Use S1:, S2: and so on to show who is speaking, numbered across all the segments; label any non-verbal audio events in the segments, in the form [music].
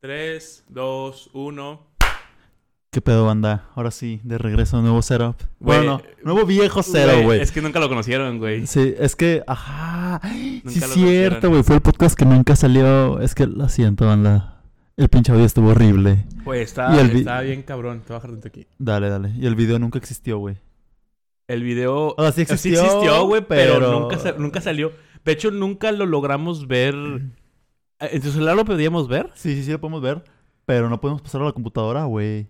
S1: 3, 2, 1.
S2: ¿Qué pedo, banda? Ahora sí, de regreso, nuevo setup.
S1: Güey,
S2: bueno, no, nuevo viejo setup, güey.
S1: Es que nunca lo conocieron, güey.
S2: Sí, es que, ajá. Sí,
S1: Nunca
S2: es
S1: lo
S2: cierto, güey. Fue el podcast que nunca salió. Es que lo siento, banda. El pinche audio estuvo horrible.
S1: Güey, está,
S2: Y el vi-
S1: está bien cabrón. Te voy a dejar tanto aquí.
S2: Dale, dale. Y el video nunca existió, güey.
S1: El video
S2: O sea, sí Oh, existió.
S1: güey, pero,
S2: pero-
S1: Nunca, sa- nunca salió. De hecho, nunca lo logramos ver.
S2: Mm.
S1: Eh, ¿En tu celular lo podíamos ver?
S2: Sí, sí, sí, lo podemos ver. Pero no podemos pasar a la computadora, güey.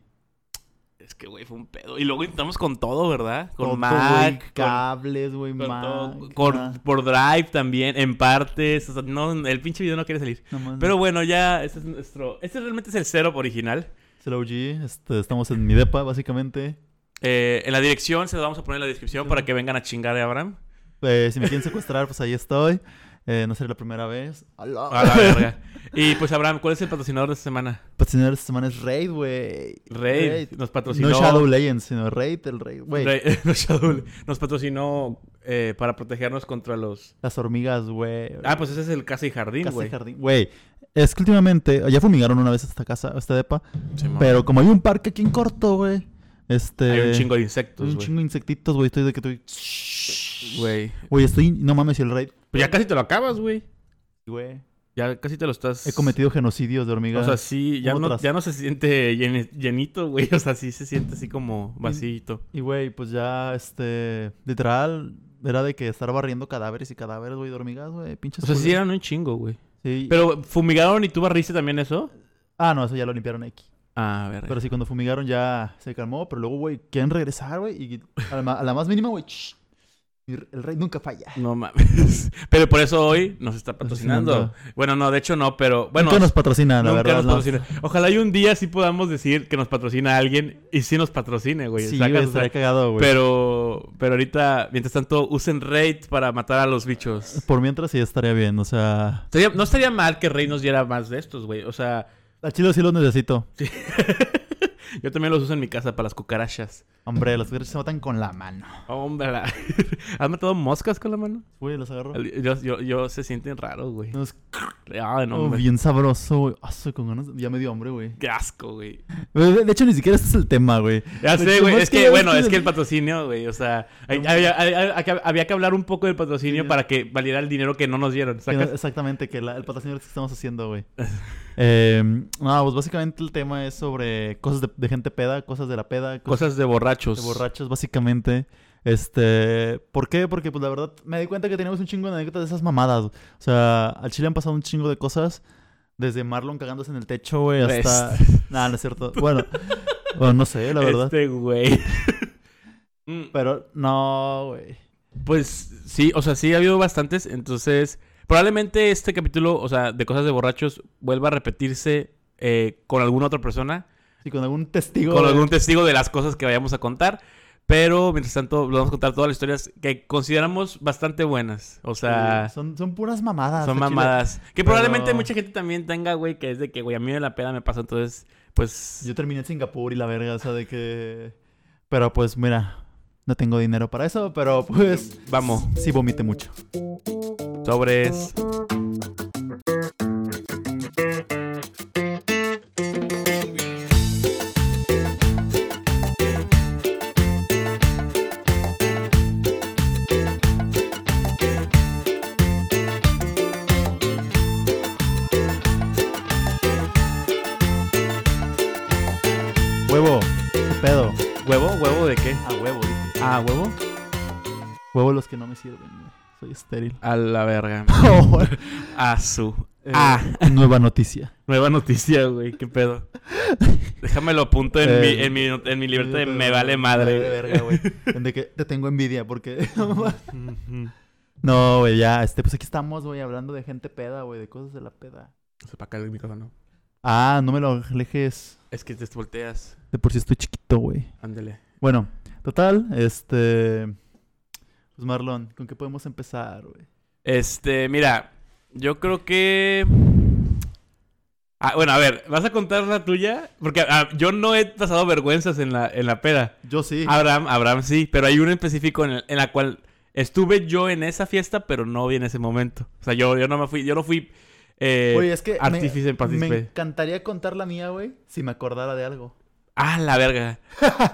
S1: Es que, güey, fue un pedo. Y luego intentamos con todo, ¿verdad? Con
S2: Todo, güey,
S1: Mac, con,
S2: cables, güey,
S1: con
S2: Mac.
S1: todo, con-
S2: ah,
S1: por Drive también, en partes. O sea, no, el pinche video no quiere salir.
S2: no mames.
S1: Pero bueno, ya, este es nuestro. Este realmente es el setup original.
S2: Es el OG, este, estamos en mi depa, básicamente.
S1: Eh, en la dirección se lo vamos a poner en la descripción para que vengan a chingar a Abraham.
S2: Eh, si me quieren secuestrar, pues ahí estoy. Eh, no será la primera vez. Aló.
S1: A la verga. Y pues, Abraham, ¿cuál es el patrocinador de esta semana?
S2: Patrocinador de esta semana es Raid, güey.
S1: Raid. Nos patrocinó.
S2: No Shadow Legends, sino Raid, el Raid. Güey,
S1: Rey- [laughs] no, Shadow. Nos patrocinó eh, para protegernos contra los.
S2: las hormigas, güey.
S1: Ah, pues ese es el casa y jardín,
S2: Casa y
S1: güey.
S2: jardín. Güey, es que últimamente, ya fumigaron una vez esta casa, esta depa.
S1: Simón.
S2: Pero como hay un parque aquí en corto, güey. Este.
S1: Hay un chingo de
S2: hay
S1: insectos,
S2: un
S1: güey.
S2: chingo de insectitos, güey. Estoy de que estoy.
S1: Güey.
S2: Güey, estoy. No mames, y el Raid.
S1: Pues ya casi te lo acabas, güey.
S2: Güey.
S1: Ya casi te lo estás.
S2: He cometido genocidios de
S1: O
S2: hormigas.
S1: sea, sí, ya
S2: Uno
S1: no,
S2: tras-
S1: ya no se siente llene- llenito, güey. O sea, sí se siente así como vacío.
S2: Y, güey, pues ya, este. Literal, era de que estar barriendo cadáveres y cadáveres, güey, de hormigas, güey. Pinches.
S1: O sea, sí
S2: culeros.
S1: eran un chingo, güey.
S2: Sí.
S1: Pero fumigaron y tú barriste también eso.
S2: Ah, no, eso ya lo limpiaron aquí.
S1: Ah, a ver.
S2: Pero sí, cuando fumigaron ya se calmó, pero luego, güey, quieren regresar, güey. Y a la, ma- a la más mínima, güey, shh, y r- el rey nunca falla.
S1: No mames. [laughs] Pero por eso hoy nos está patrocinando. Bueno, no, de hecho no, pero bueno.
S2: nunca nos patrocinan, la
S1: nunca
S2: verdad.
S1: nos
S2: no.
S1: patrocina. Ojalá y un día sí podamos decir que nos patrocina alguien y sí nos patrocine, güey.
S2: Sí,
S1: Sacas,
S2: güey,
S1: o sea,
S2: estaría cagado, güey.
S1: pero, pero ahorita, mientras tanto, usen Raid para matar a los bichos.
S2: Por mientras sí estaría bien, o sea...
S1: Estaría- no estaría mal que Raid nos diera más de estos, güey. O sea,
S2: A Chile sí los necesito.
S1: yo también los uso en mi casa para las cucarachas.
S2: Hombre, las cucarachas se matan con la mano.
S1: Hombre, la- [laughs] ¿has matado moscas con la mano?
S2: Güey, los agarro.
S1: Yo, yo, yo- se sienten raros, güey.
S2: No, es
S1: Ay, no,
S2: oh,
S1: hombre.
S2: bien sabroso, güey. Ah, soy con ganas... Ya me dio hambre, güey.
S1: Qué asco, güey.
S2: Güey, De de hecho, ni siquiera este es el tema, güey.
S1: Ya
S2: Mucho
S1: sé, güey.
S2: más
S1: Es
S2: que
S1: que,
S2: la
S1: bueno,
S2: vez
S1: es
S2: que-
S1: que el patrocinio, güey. O sea, hay- hay- hay- hay- hay- había que hablar un poco del patrocinio
S2: Sí.
S1: para que valiera el dinero que no nos dieron.
S2: Que no-
S1: ¿sacas?
S2: exactamente, que la- el patrocinio que estamos
S1: [laughs]
S2: haciendo, güey. eh, no, pues básicamente el tema es sobre cosas de, de gente peda, cosas de la peda, cosas
S1: Cosas de borrachos.
S2: de borrachos, básicamente. Este, ¿por qué? Porque pues la verdad me di cuenta que teníamos un chingo de anécdotas de esas mamadas. O sea, al Chile han pasado un chingo de cosas. Desde Marlon cagándose en el techo, güey, hasta... [laughs] Nah, no es cierto.
S1: [laughs]
S2: Bueno, bueno, no sé, la verdad.
S1: Este,
S2: [laughs]
S1: güey. Mm,
S2: Pero no, güey.
S1: pues sí, o sea, sí ha habido bastantes. Entonces, probablemente este capítulo, o sea, de cosas de borrachos, vuelva a repetirse eh, con alguna otra persona.
S2: Sí, con algún testigo.
S1: con
S2: güey.
S1: algún testigo de las cosas que vayamos a contar. Pero mientras tanto, vamos a contar todas las historias que consideramos bastante buenas. O sea,
S2: Son, son puras mamadas.
S1: son
S2: al chile.
S1: mamadas. Que
S2: Pero-
S1: probablemente mucha gente también tenga, güey, que es de que, güey, a mí la peda me pasa. Entonces, pues.
S2: Yo terminé en Singapur y la verga, o sea, de que... Pero pues mira, no tengo dinero para eso, pero pues...
S1: Vamos.
S2: Sí vomité mucho.
S1: Sobres.
S2: Huevo, ¿qué pedo?
S1: ¿Huevo? ¿Huevo de qué?
S2: A huevo, dije.
S1: Ah, huevo.
S2: Huevo los que no me sirven, güey. Soy estéril.
S1: A la verga. A su.
S2: Eh,
S1: [laughs] Ah. [laughs]
S2: Nueva noticia.
S1: Nueva noticia, güey. ¿Qué [laughs] pedo? Déjamelo apunto en,
S2: Eh,
S1: mi, en, mi, en mi libreta de me vale
S2: Me
S1: madre.
S2: vale
S1: [laughs] güey.
S2: verga, güey. De que te tengo envidia porque... [laughs] no, güey, ya, este, pues aquí estamos, güey, hablando de gente peda, güey, de cosas de la peda.
S1: Para acá el micrófono.
S2: Ah, no me lo alejes.
S1: Es que te volteas.
S2: De por si estoy chiquito, güey.
S1: Ándale.
S2: Bueno, total, este... Pues Marlon, ¿con qué podemos empezar, güey?
S1: Este, mira, yo creo que. Ah, bueno, a ver, ¿vas a contar la tuya? Porque ah, yo no he pasado vergüenzas en la, en la peda.
S2: Yo sí.
S1: Abraham, Abraham sí, pero hay una específico en, el- en la cual estuve yo en esa fiesta, pero no vi en ese momento. O sea, yo, yo no me fui, yo no fui Eh,
S2: Oye, es que me-
S1: artífice
S2: me,
S1: partícipe.
S2: encantaría contar la mía, güey, si me acordara de algo.
S1: Ah, la
S2: [laughs]
S1: verga.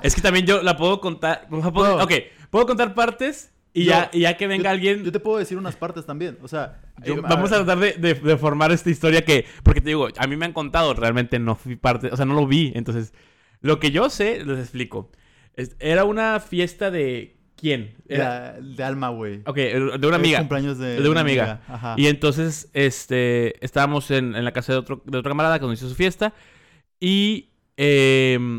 S1: es que también yo la puedo contar. o sea, puedo-
S2: No.
S1: Ok, puedo contar partes y,
S2: Yo-
S1: ya, y ya que venga
S2: Yo-
S1: alguien.
S2: Yo te puedo decir unas partes también. O sea,
S1: Yo-
S2: eh,
S1: vamos a tratar de, de- de formar esta historia que, porque te digo, a mí me han contado, realmente no fui parte, o sea, no lo vi. Entonces, lo que yo sé, les explico. Es- era una fiesta de quién? Era,
S2: De, eh, de alma, güey.
S1: ok, de una
S2: Es
S1: amiga.
S2: cumpleaños de,
S1: de una amiga.
S2: Ajá.
S1: Y entonces, este, estábamos en, en la casa de otro, de otra camarada que nos hizo su fiesta. Y, eh,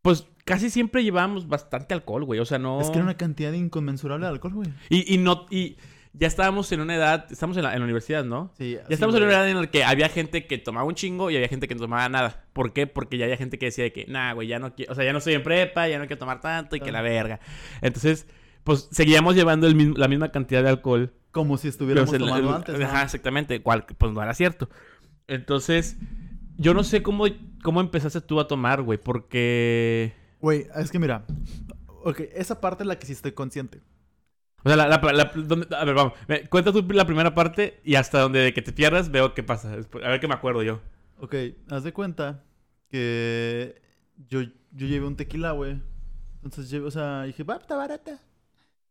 S1: pues, casi siempre llevábamos bastante alcohol, güey. O sea, no...
S2: Es que era una cantidad inconmensurable de alcohol, güey.
S1: Y, y no... Y ya estábamos en una edad, estamos en la, en la universidad, ¿no?
S2: Sí,
S1: Ya estamos en una edad en la que había gente que tomaba un chingo y había gente que no tomaba nada. ¿Por qué? Porque ya había gente que decía de que, nah, güey, ya no quiero, o sea, ya no estoy en prepa, ya no quiero tomar tanto y que
S2: Ah.
S1: la verga. Entonces, pues seguíamos llevando el mismo- la misma cantidad de alcohol.
S2: Como si estuviéramos
S1: Pero, o sea,
S2: tomando
S1: la-
S2: antes. ¿no?
S1: Ajá, exactamente, cual, pues no era cierto. Entonces, yo no sé cómo, cómo empezaste tú a tomar, güey, porque...
S2: Güey, es que mira. Ok, esa parte es la que sí estoy consciente.
S1: O sea, la, la- la- ¿dónde- a ver, vamos, Ve, cuenta tú la primera parte y hasta donde de que te pierdas veo qué pasa. Después- a ver qué me acuerdo yo.
S2: Ok, haz de cuenta que yo, yo llevé un tequila, güey. Entonces llevé, o sea, dije, va, está barata.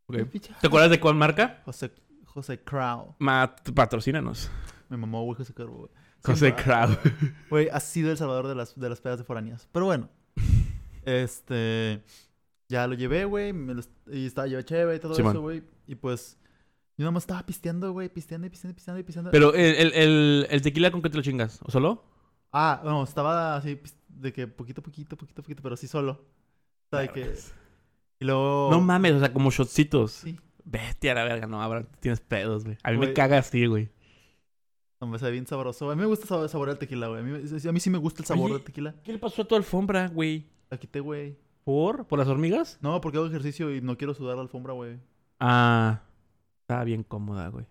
S1: Ok. ¿Te acuerdas de cuál marca?
S2: José, José Crow.
S1: Matt, patrocínanos.
S2: Me mamó, güey, José Crow, güey.
S1: José
S2: Siempre-
S1: Crow.
S2: Güey, ha sido el salvador de las, de las pedas de foranías.
S1: [laughs]
S2: Pero bueno. este. Ya lo llevé, güey. me lo- Y estaba llevé chévere y todo
S1: Simón.
S2: eso, güey. Y pues. Yo nada más estaba pisteando, güey. Pisteando y pisteando y pisteando y
S1: [laughs]
S2: pisteando.
S1: Pero el, el, el, el tequila con qué te lo chingas, ¿o solo?
S2: Ah, no, estaba así. pis- De que poquito, poquito, poquito, poquito. Pero sí solo. O sea, de que. Y luego.
S1: No mames, o sea, como shotcitos.
S2: Sí.
S1: Vete a la verga, no, Abraham, tienes pedos, güey. A mí me
S2: Güey.
S1: caga así, güey.
S2: No, me sabe bien sabroso. A mí me gusta sab- saborear el tequila, güey. A mí, a mí sí me gusta el sabor
S1: Oye.
S2: del tequila.
S1: ¿Qué le pasó a tu alfombra, güey?
S2: La quité, güey.
S1: ¿Por? ¿Por las hormigas?
S2: No, porque hago ejercicio y no quiero sudar la alfombra, güey.
S1: Ah, estaba bien cómoda, güey.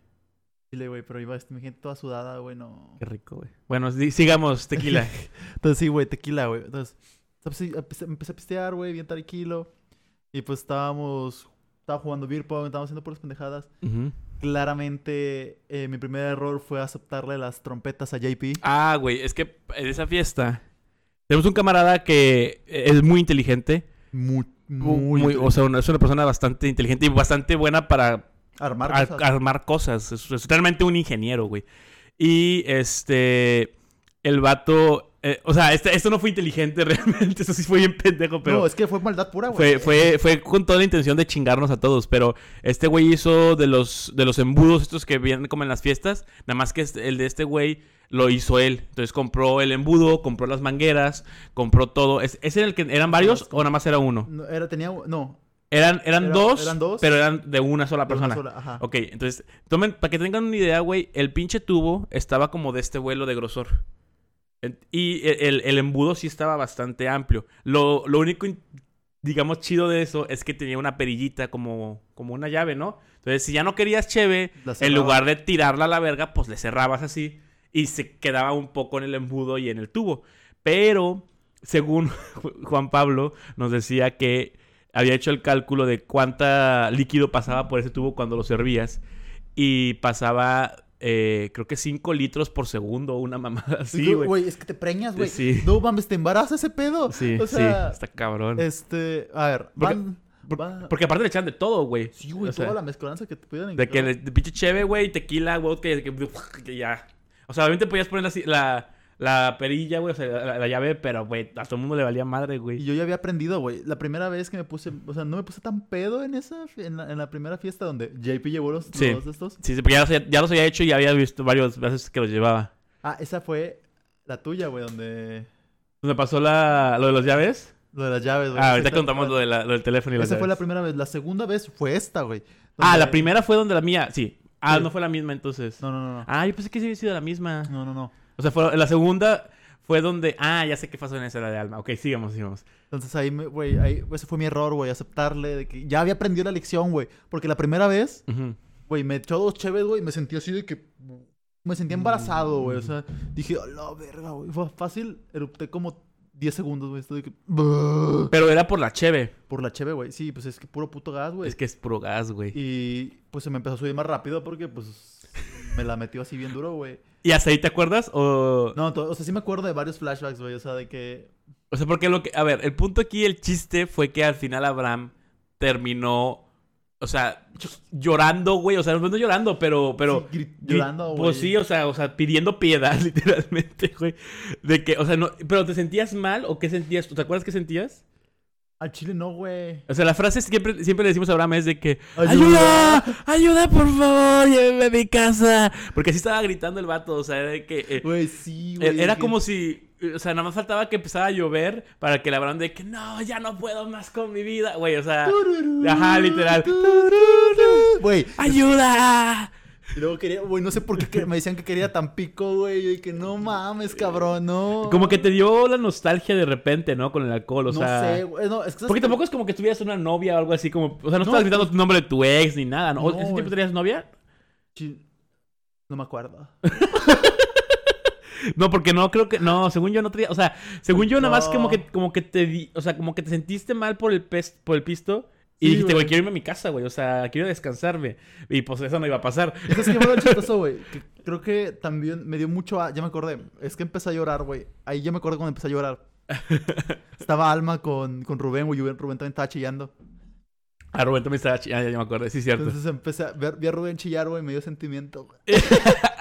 S2: Chile, güey, pero iba este, mi gente toda sudada, güey, no.
S1: Qué rico, güey. Bueno, sí- sigamos,
S2: [laughs]
S1: tequila. [laughs]
S2: Entonces sí, güey, tequila, güey. Entonces, empecé, empecé- empecé a pistear, güey, bien tranquilo. Y pues estábamos, estaba jugando beer pong, estábamos haciendo puras pendejadas.
S1: Ujú.
S2: Claramente, eh, mi primer error fue aceptarle las trompetas a JP.
S1: Ah, güey, es que en esa fiesta tenemos un camarada que es muy inteligente.
S2: Muy, muy,
S1: Muy, o sea, una- es una persona bastante inteligente y bastante buena para
S2: armar
S1: ar-
S2: cosas.
S1: armar cosas. Es, es realmente un ingeniero, güey. Y este. El vato. eh, o sea, este- esto no fue inteligente [laughs] realmente. Eso sí fue bien pendejo, pero.
S2: no, es que fue maldad pura, güey.
S1: fue, fue, fue con toda la intención de chingarnos a todos. Pero este güey hizo de los, de los embudos estos que vienen como en las fiestas. Nada más que este- el de este güey lo hizo él. Entonces compró el embudo, compró las mangueras, compró todo. ¿Es, ¿Ese era el que eran varios o nada más era uno?
S2: No, era, tenía, no,
S1: Eran, eran,
S2: Era-
S1: dos,
S2: eran dos.
S1: pero eran de una sola
S2: de una
S1: persona.
S2: sola, ajá.
S1: Ok, entonces, tomen, para que tengan una idea, güey, el pinche tubo estaba como de este vuelo de grosor. En- Y el, el- el embudo sí estaba bastante amplio. Lo, lo único, in- digamos, chido de eso es que tenía una perillita como, como una llave, ¿no? Entonces, si ya no querías cheve,
S2: La
S1: en
S2: cerraba.
S1: lugar de tirarla a la verga, pues le cerrabas así y se quedaba un poco en el embudo y en el tubo. Pero, según [laughs] Ju- Juan Pablo, nos decía que había hecho el cálculo de cuánta líquido pasaba por ese tubo cuando lo servías y pasaba, eh, creo que 5 litros por segundo, una mamada [laughs] así, güey.
S2: Güey, es que te preñas, güey.
S1: Sí.
S2: No mames, te embaraza ese pedo.
S1: Sí,
S2: o sea,
S1: sí, está cabrón.
S2: Este, a ver,
S1: Porque-
S2: van, van-
S1: Porque aparte le echan de todo, güey.
S2: Sí, güey,
S1: O sea,
S2: toda la mezcolanza que te piden.
S1: De que le- de pinche cheve, güey, tequila, vodka, y de que, que ya. O sea, obviamente podías poner la, la, la perilla, güey, o sea, la, la llave, pero, güey, a todo el mundo le valía madre,
S2: Y
S1: güey.
S2: yo ya había aprendido, güey. La primera vez que me puse, o sea, no me puse tan pedo en esa, fi- en la, en la primera fiesta donde JP llevó los,
S1: Sí.
S2: los de estos.
S1: Sí, sí, porque ya los, había- ya los había hecho y había visto varias veces que los llevaba.
S2: Ah, esa fue la tuya, güey, donde
S1: ¿Dónde pasó la, lo de las llaves?
S2: lo de las llaves, güey.
S1: Ah,
S2: Esa
S1: ahorita
S2: está-
S1: contamos lo, de la- lo del teléfono y las
S2: Esa fue la
S1: llaves.
S2: primera vez. La segunda vez fue esta, güey.
S1: Ah, la
S2: donde-
S1: primera fue donde la mía, sí. Ah,
S2: Sí.
S1: no fue la misma entonces.
S2: No, no, no, no.
S1: Ah, yo pensé que sí había sido la misma.
S2: No, no, no.
S1: O sea, fue, la segunda fue donde. Ah, ya sé qué pasó en esa la de alma. Ok, sigamos, sigamos.
S2: Entonces ahí, me- güey, ahí ese fue mi error, güey, aceptarle de que ya había aprendido la lección, güey, porque la primera vez
S1: Ujú.
S2: Güey, me echó dos chéves, güey, y me sentí así de que... Me sentí embarazado, güey. O sea, dije, a la verga, güey. Fue fácil, erupté como 10 segundos, güey. Estoy de que... "Bruh",
S1: Pero era por la cheve.
S2: Por la cheve, güey. Sí, pues es que puro puto gas, güey.
S1: Es que es puro gas, güey.
S2: Y pues se me empezó a subir más rápido porque, pues, me la metió así bien duro, güey.
S1: ¿Y hasta ahí te acuerdas? O...
S2: No, to- o sea, sí me acuerdo de varios flashbacks, güey. O sea, de que.
S1: o sea, porque lo que. A ver, el punto aquí, el chiste fue que al final Abraham terminó. O sea, llorando, güey. O sea, no llorando, pero. pero
S2: Sí, gri- llorando, güey.
S1: Pues sí, o sea, o sea, pidiendo piedad, [laughs] literalmente, güey. De que, o sea, no. Pero ¿te sentías mal o qué sentías? ¿Te acuerdas qué sentías?
S2: Al chile no, güey.
S1: O sea, la frase siempre, siempre le decimos a Abraham es de que
S2: Ayuda.
S1: ¡Ayuda! ¡Ayuda, por favor! ¡Llévenme a mi casa! Porque así estaba gritando el vato, o sea, era de que... eh,
S2: Güey, sí, güey.
S1: era
S2: de que-
S1: como si... eh, O sea, nada más faltaba que empezara a llover para que le hablaran de que no, ya no puedo más con mi vida, güey, o sea... [laughs]
S2: Tururú,
S1: Ajá, literal.
S2: tururú. Güey,
S1: ¡Ayuda!
S2: y luego quería, güey, no sé por qué que- me decían que quería Tampico, güey. Y que no mames, cabrón, no.
S1: Como que te dio la nostalgia de repente, ¿no? Con el alcohol, o
S2: no
S1: sea...
S2: sé, güey. No, es que pues
S1: Porque tampoco es como que tuvieras una novia o algo así, como... O sea, no, estabas gritando tu nombre de tu ex ni nada, ¿no?
S2: No,
S1: ¿Ese tiempo
S2: güey.
S1: tenías novia?
S2: Chi- No me acuerdo.
S1: No, porque no creo que. No, según yo no tenía. O sea, según yo nada más
S2: No.
S1: como que, como que te di. O sea, como que te sentiste mal por el pes- por el pisto. Y
S2: Sí,
S1: dijiste,
S2: güey.
S1: güey, quiero irme a mi casa, güey. O sea, quiero descansarme. Y pues eso no iba a pasar.
S2: Es que es que fue lo chistoso, güey. que Creo que también me dio mucho. a- Ya me acordé. Es que empecé a llorar, güey. Ahí ya me acordé cuando empecé
S1: [laughs]
S2: a llorar. Estaba Alma con, con Rubén, güey. Rubén, Rubén también estaba chillando.
S1: Ah, Rubén también estaba chillando. Ya, ya me acuerdo. Sí, cierto.
S2: Entonces empecé a ver, vi a Rubén chillar, güey. Me dio sentimiento, güey.
S1: [laughs]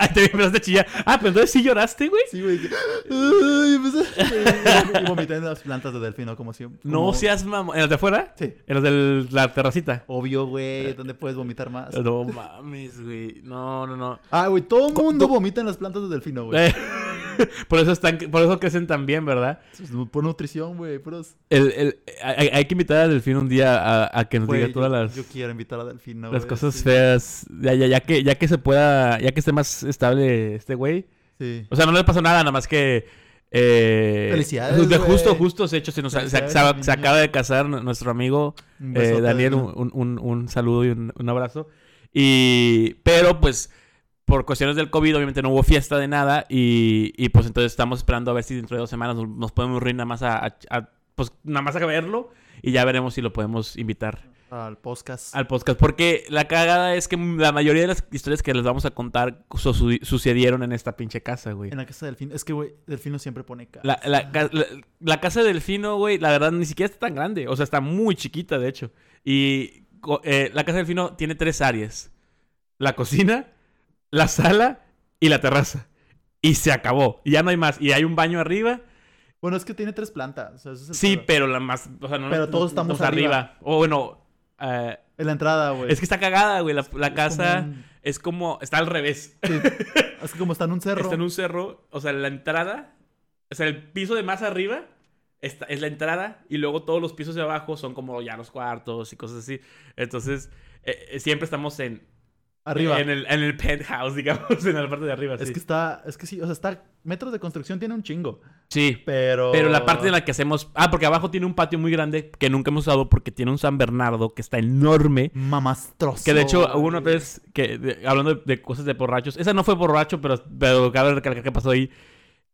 S1: Ah, te empezaste a chillar. Ah, pero entonces sí lloraste, güey. pues,
S2: Sí, [laughs] güey. que- Ay, empecé- [laughs] Y vomité en las plantas de Delfino, como siempre.
S1: No seas mamón. ¿En los de afuera?
S2: Sí.
S1: En los de la terracita.
S2: Obvio, güey. ¿Dónde puedes vomitar más?
S1: No mames, güey. No, no, no.
S2: Ah, güey. Todo el mundo vomita en las plantas de Delfino, güey.
S1: Eh, [laughs] por eso están, por eso crecen tan bien, ¿verdad?
S2: Es Por nutrición, güey. puros-
S1: El, el- hay, hay que invitar a Delfín un día a, a que nos
S2: Güey,
S1: diga todas
S2: yo,
S1: las.
S2: yo quiero invitar a Delfino,
S1: Las
S2: güey,
S1: cosas
S2: sí.
S1: feas. Ya, ya, ya que, ya que se pueda. Ya que esté más estable este güey.
S2: Sí.
S1: O sea, no le pasó nada, nada más que. eh,
S2: Felicidades,
S1: De justo,
S2: güey.
S1: justo, de hecho, se, nos, se, se-
S2: Felicidades
S1: se-
S2: a mi
S1: se
S2: niño.
S1: acaba de casar n- nuestro amigo
S2: Un
S1: eh,
S2: besote,
S1: Daniel.
S2: Delfino.
S1: Un, un- un saludo y un, un abrazo. Y. Pero pues. Por cuestiones del COVID, obviamente no hubo fiesta de nada. Y, y, pues entonces estamos esperando a ver si dentro de dos semanas nos, nos podemos reunir nada más a, a- a- Pues nada más a verlo. Y ya veremos si lo podemos invitar
S2: Al podcast.
S1: al podcast. Porque la cagada es que la mayoría de las historias que les vamos a contar su- su- sucedieron en esta pinche casa, güey.
S2: En la casa de Delfino. Es que, güey, Delfino siempre pone cara.
S1: La, la ca- la- la casa del Delfino, güey, la verdad ni siquiera está tan grande. O sea, está muy chiquita, de hecho. Y co- eh, la casa del Delfino tiene tres áreas. La cocina, la sala y la terraza. Y se acabó. Y ya no hay más. Y hay un baño arriba.
S2: Bueno, es que tiene tres plantas. o sea, ese es el
S1: Sí,
S2: pedo.
S1: pero la más... O sea, no,
S2: Pero
S1: no-
S2: todos
S1: no
S2: estamos arriba.
S1: O bueno... eh,
S2: En la entrada, güey.
S1: es que está cagada, güey. La, la
S2: Es como
S1: casa
S2: un-
S1: es como... Está al revés. [laughs]
S2: sí. Es que como está en un cerro.
S1: Está en un cerro, o sea, la entrada, o sea, el piso de más arriba está- es la entrada y luego todos los pisos de abajo son como ya los cuartos y cosas así. Entonces, eh, eh, siempre estamos en,
S2: Arriba.
S1: en, el, en el penthouse, [laughs] digamos, en la parte de arriba.
S2: Es
S1: sí.
S2: que está. Es que sí. O sea, está. Metros de construcción tiene un chingo.
S1: sí,
S2: Pero.
S1: pero la parte en la que hacemos... Ah, porque abajo tiene un patio muy grande que nunca hemos usado porque tiene un San Bernardo que está enorme.
S2: Mamastroso.
S1: Que de hecho, hubo una
S2: güey.
S1: vez que, de- hablando de, de cosas de borrachos, esa no fue borracho, pero, pero cabe recalcar que pasó ahí.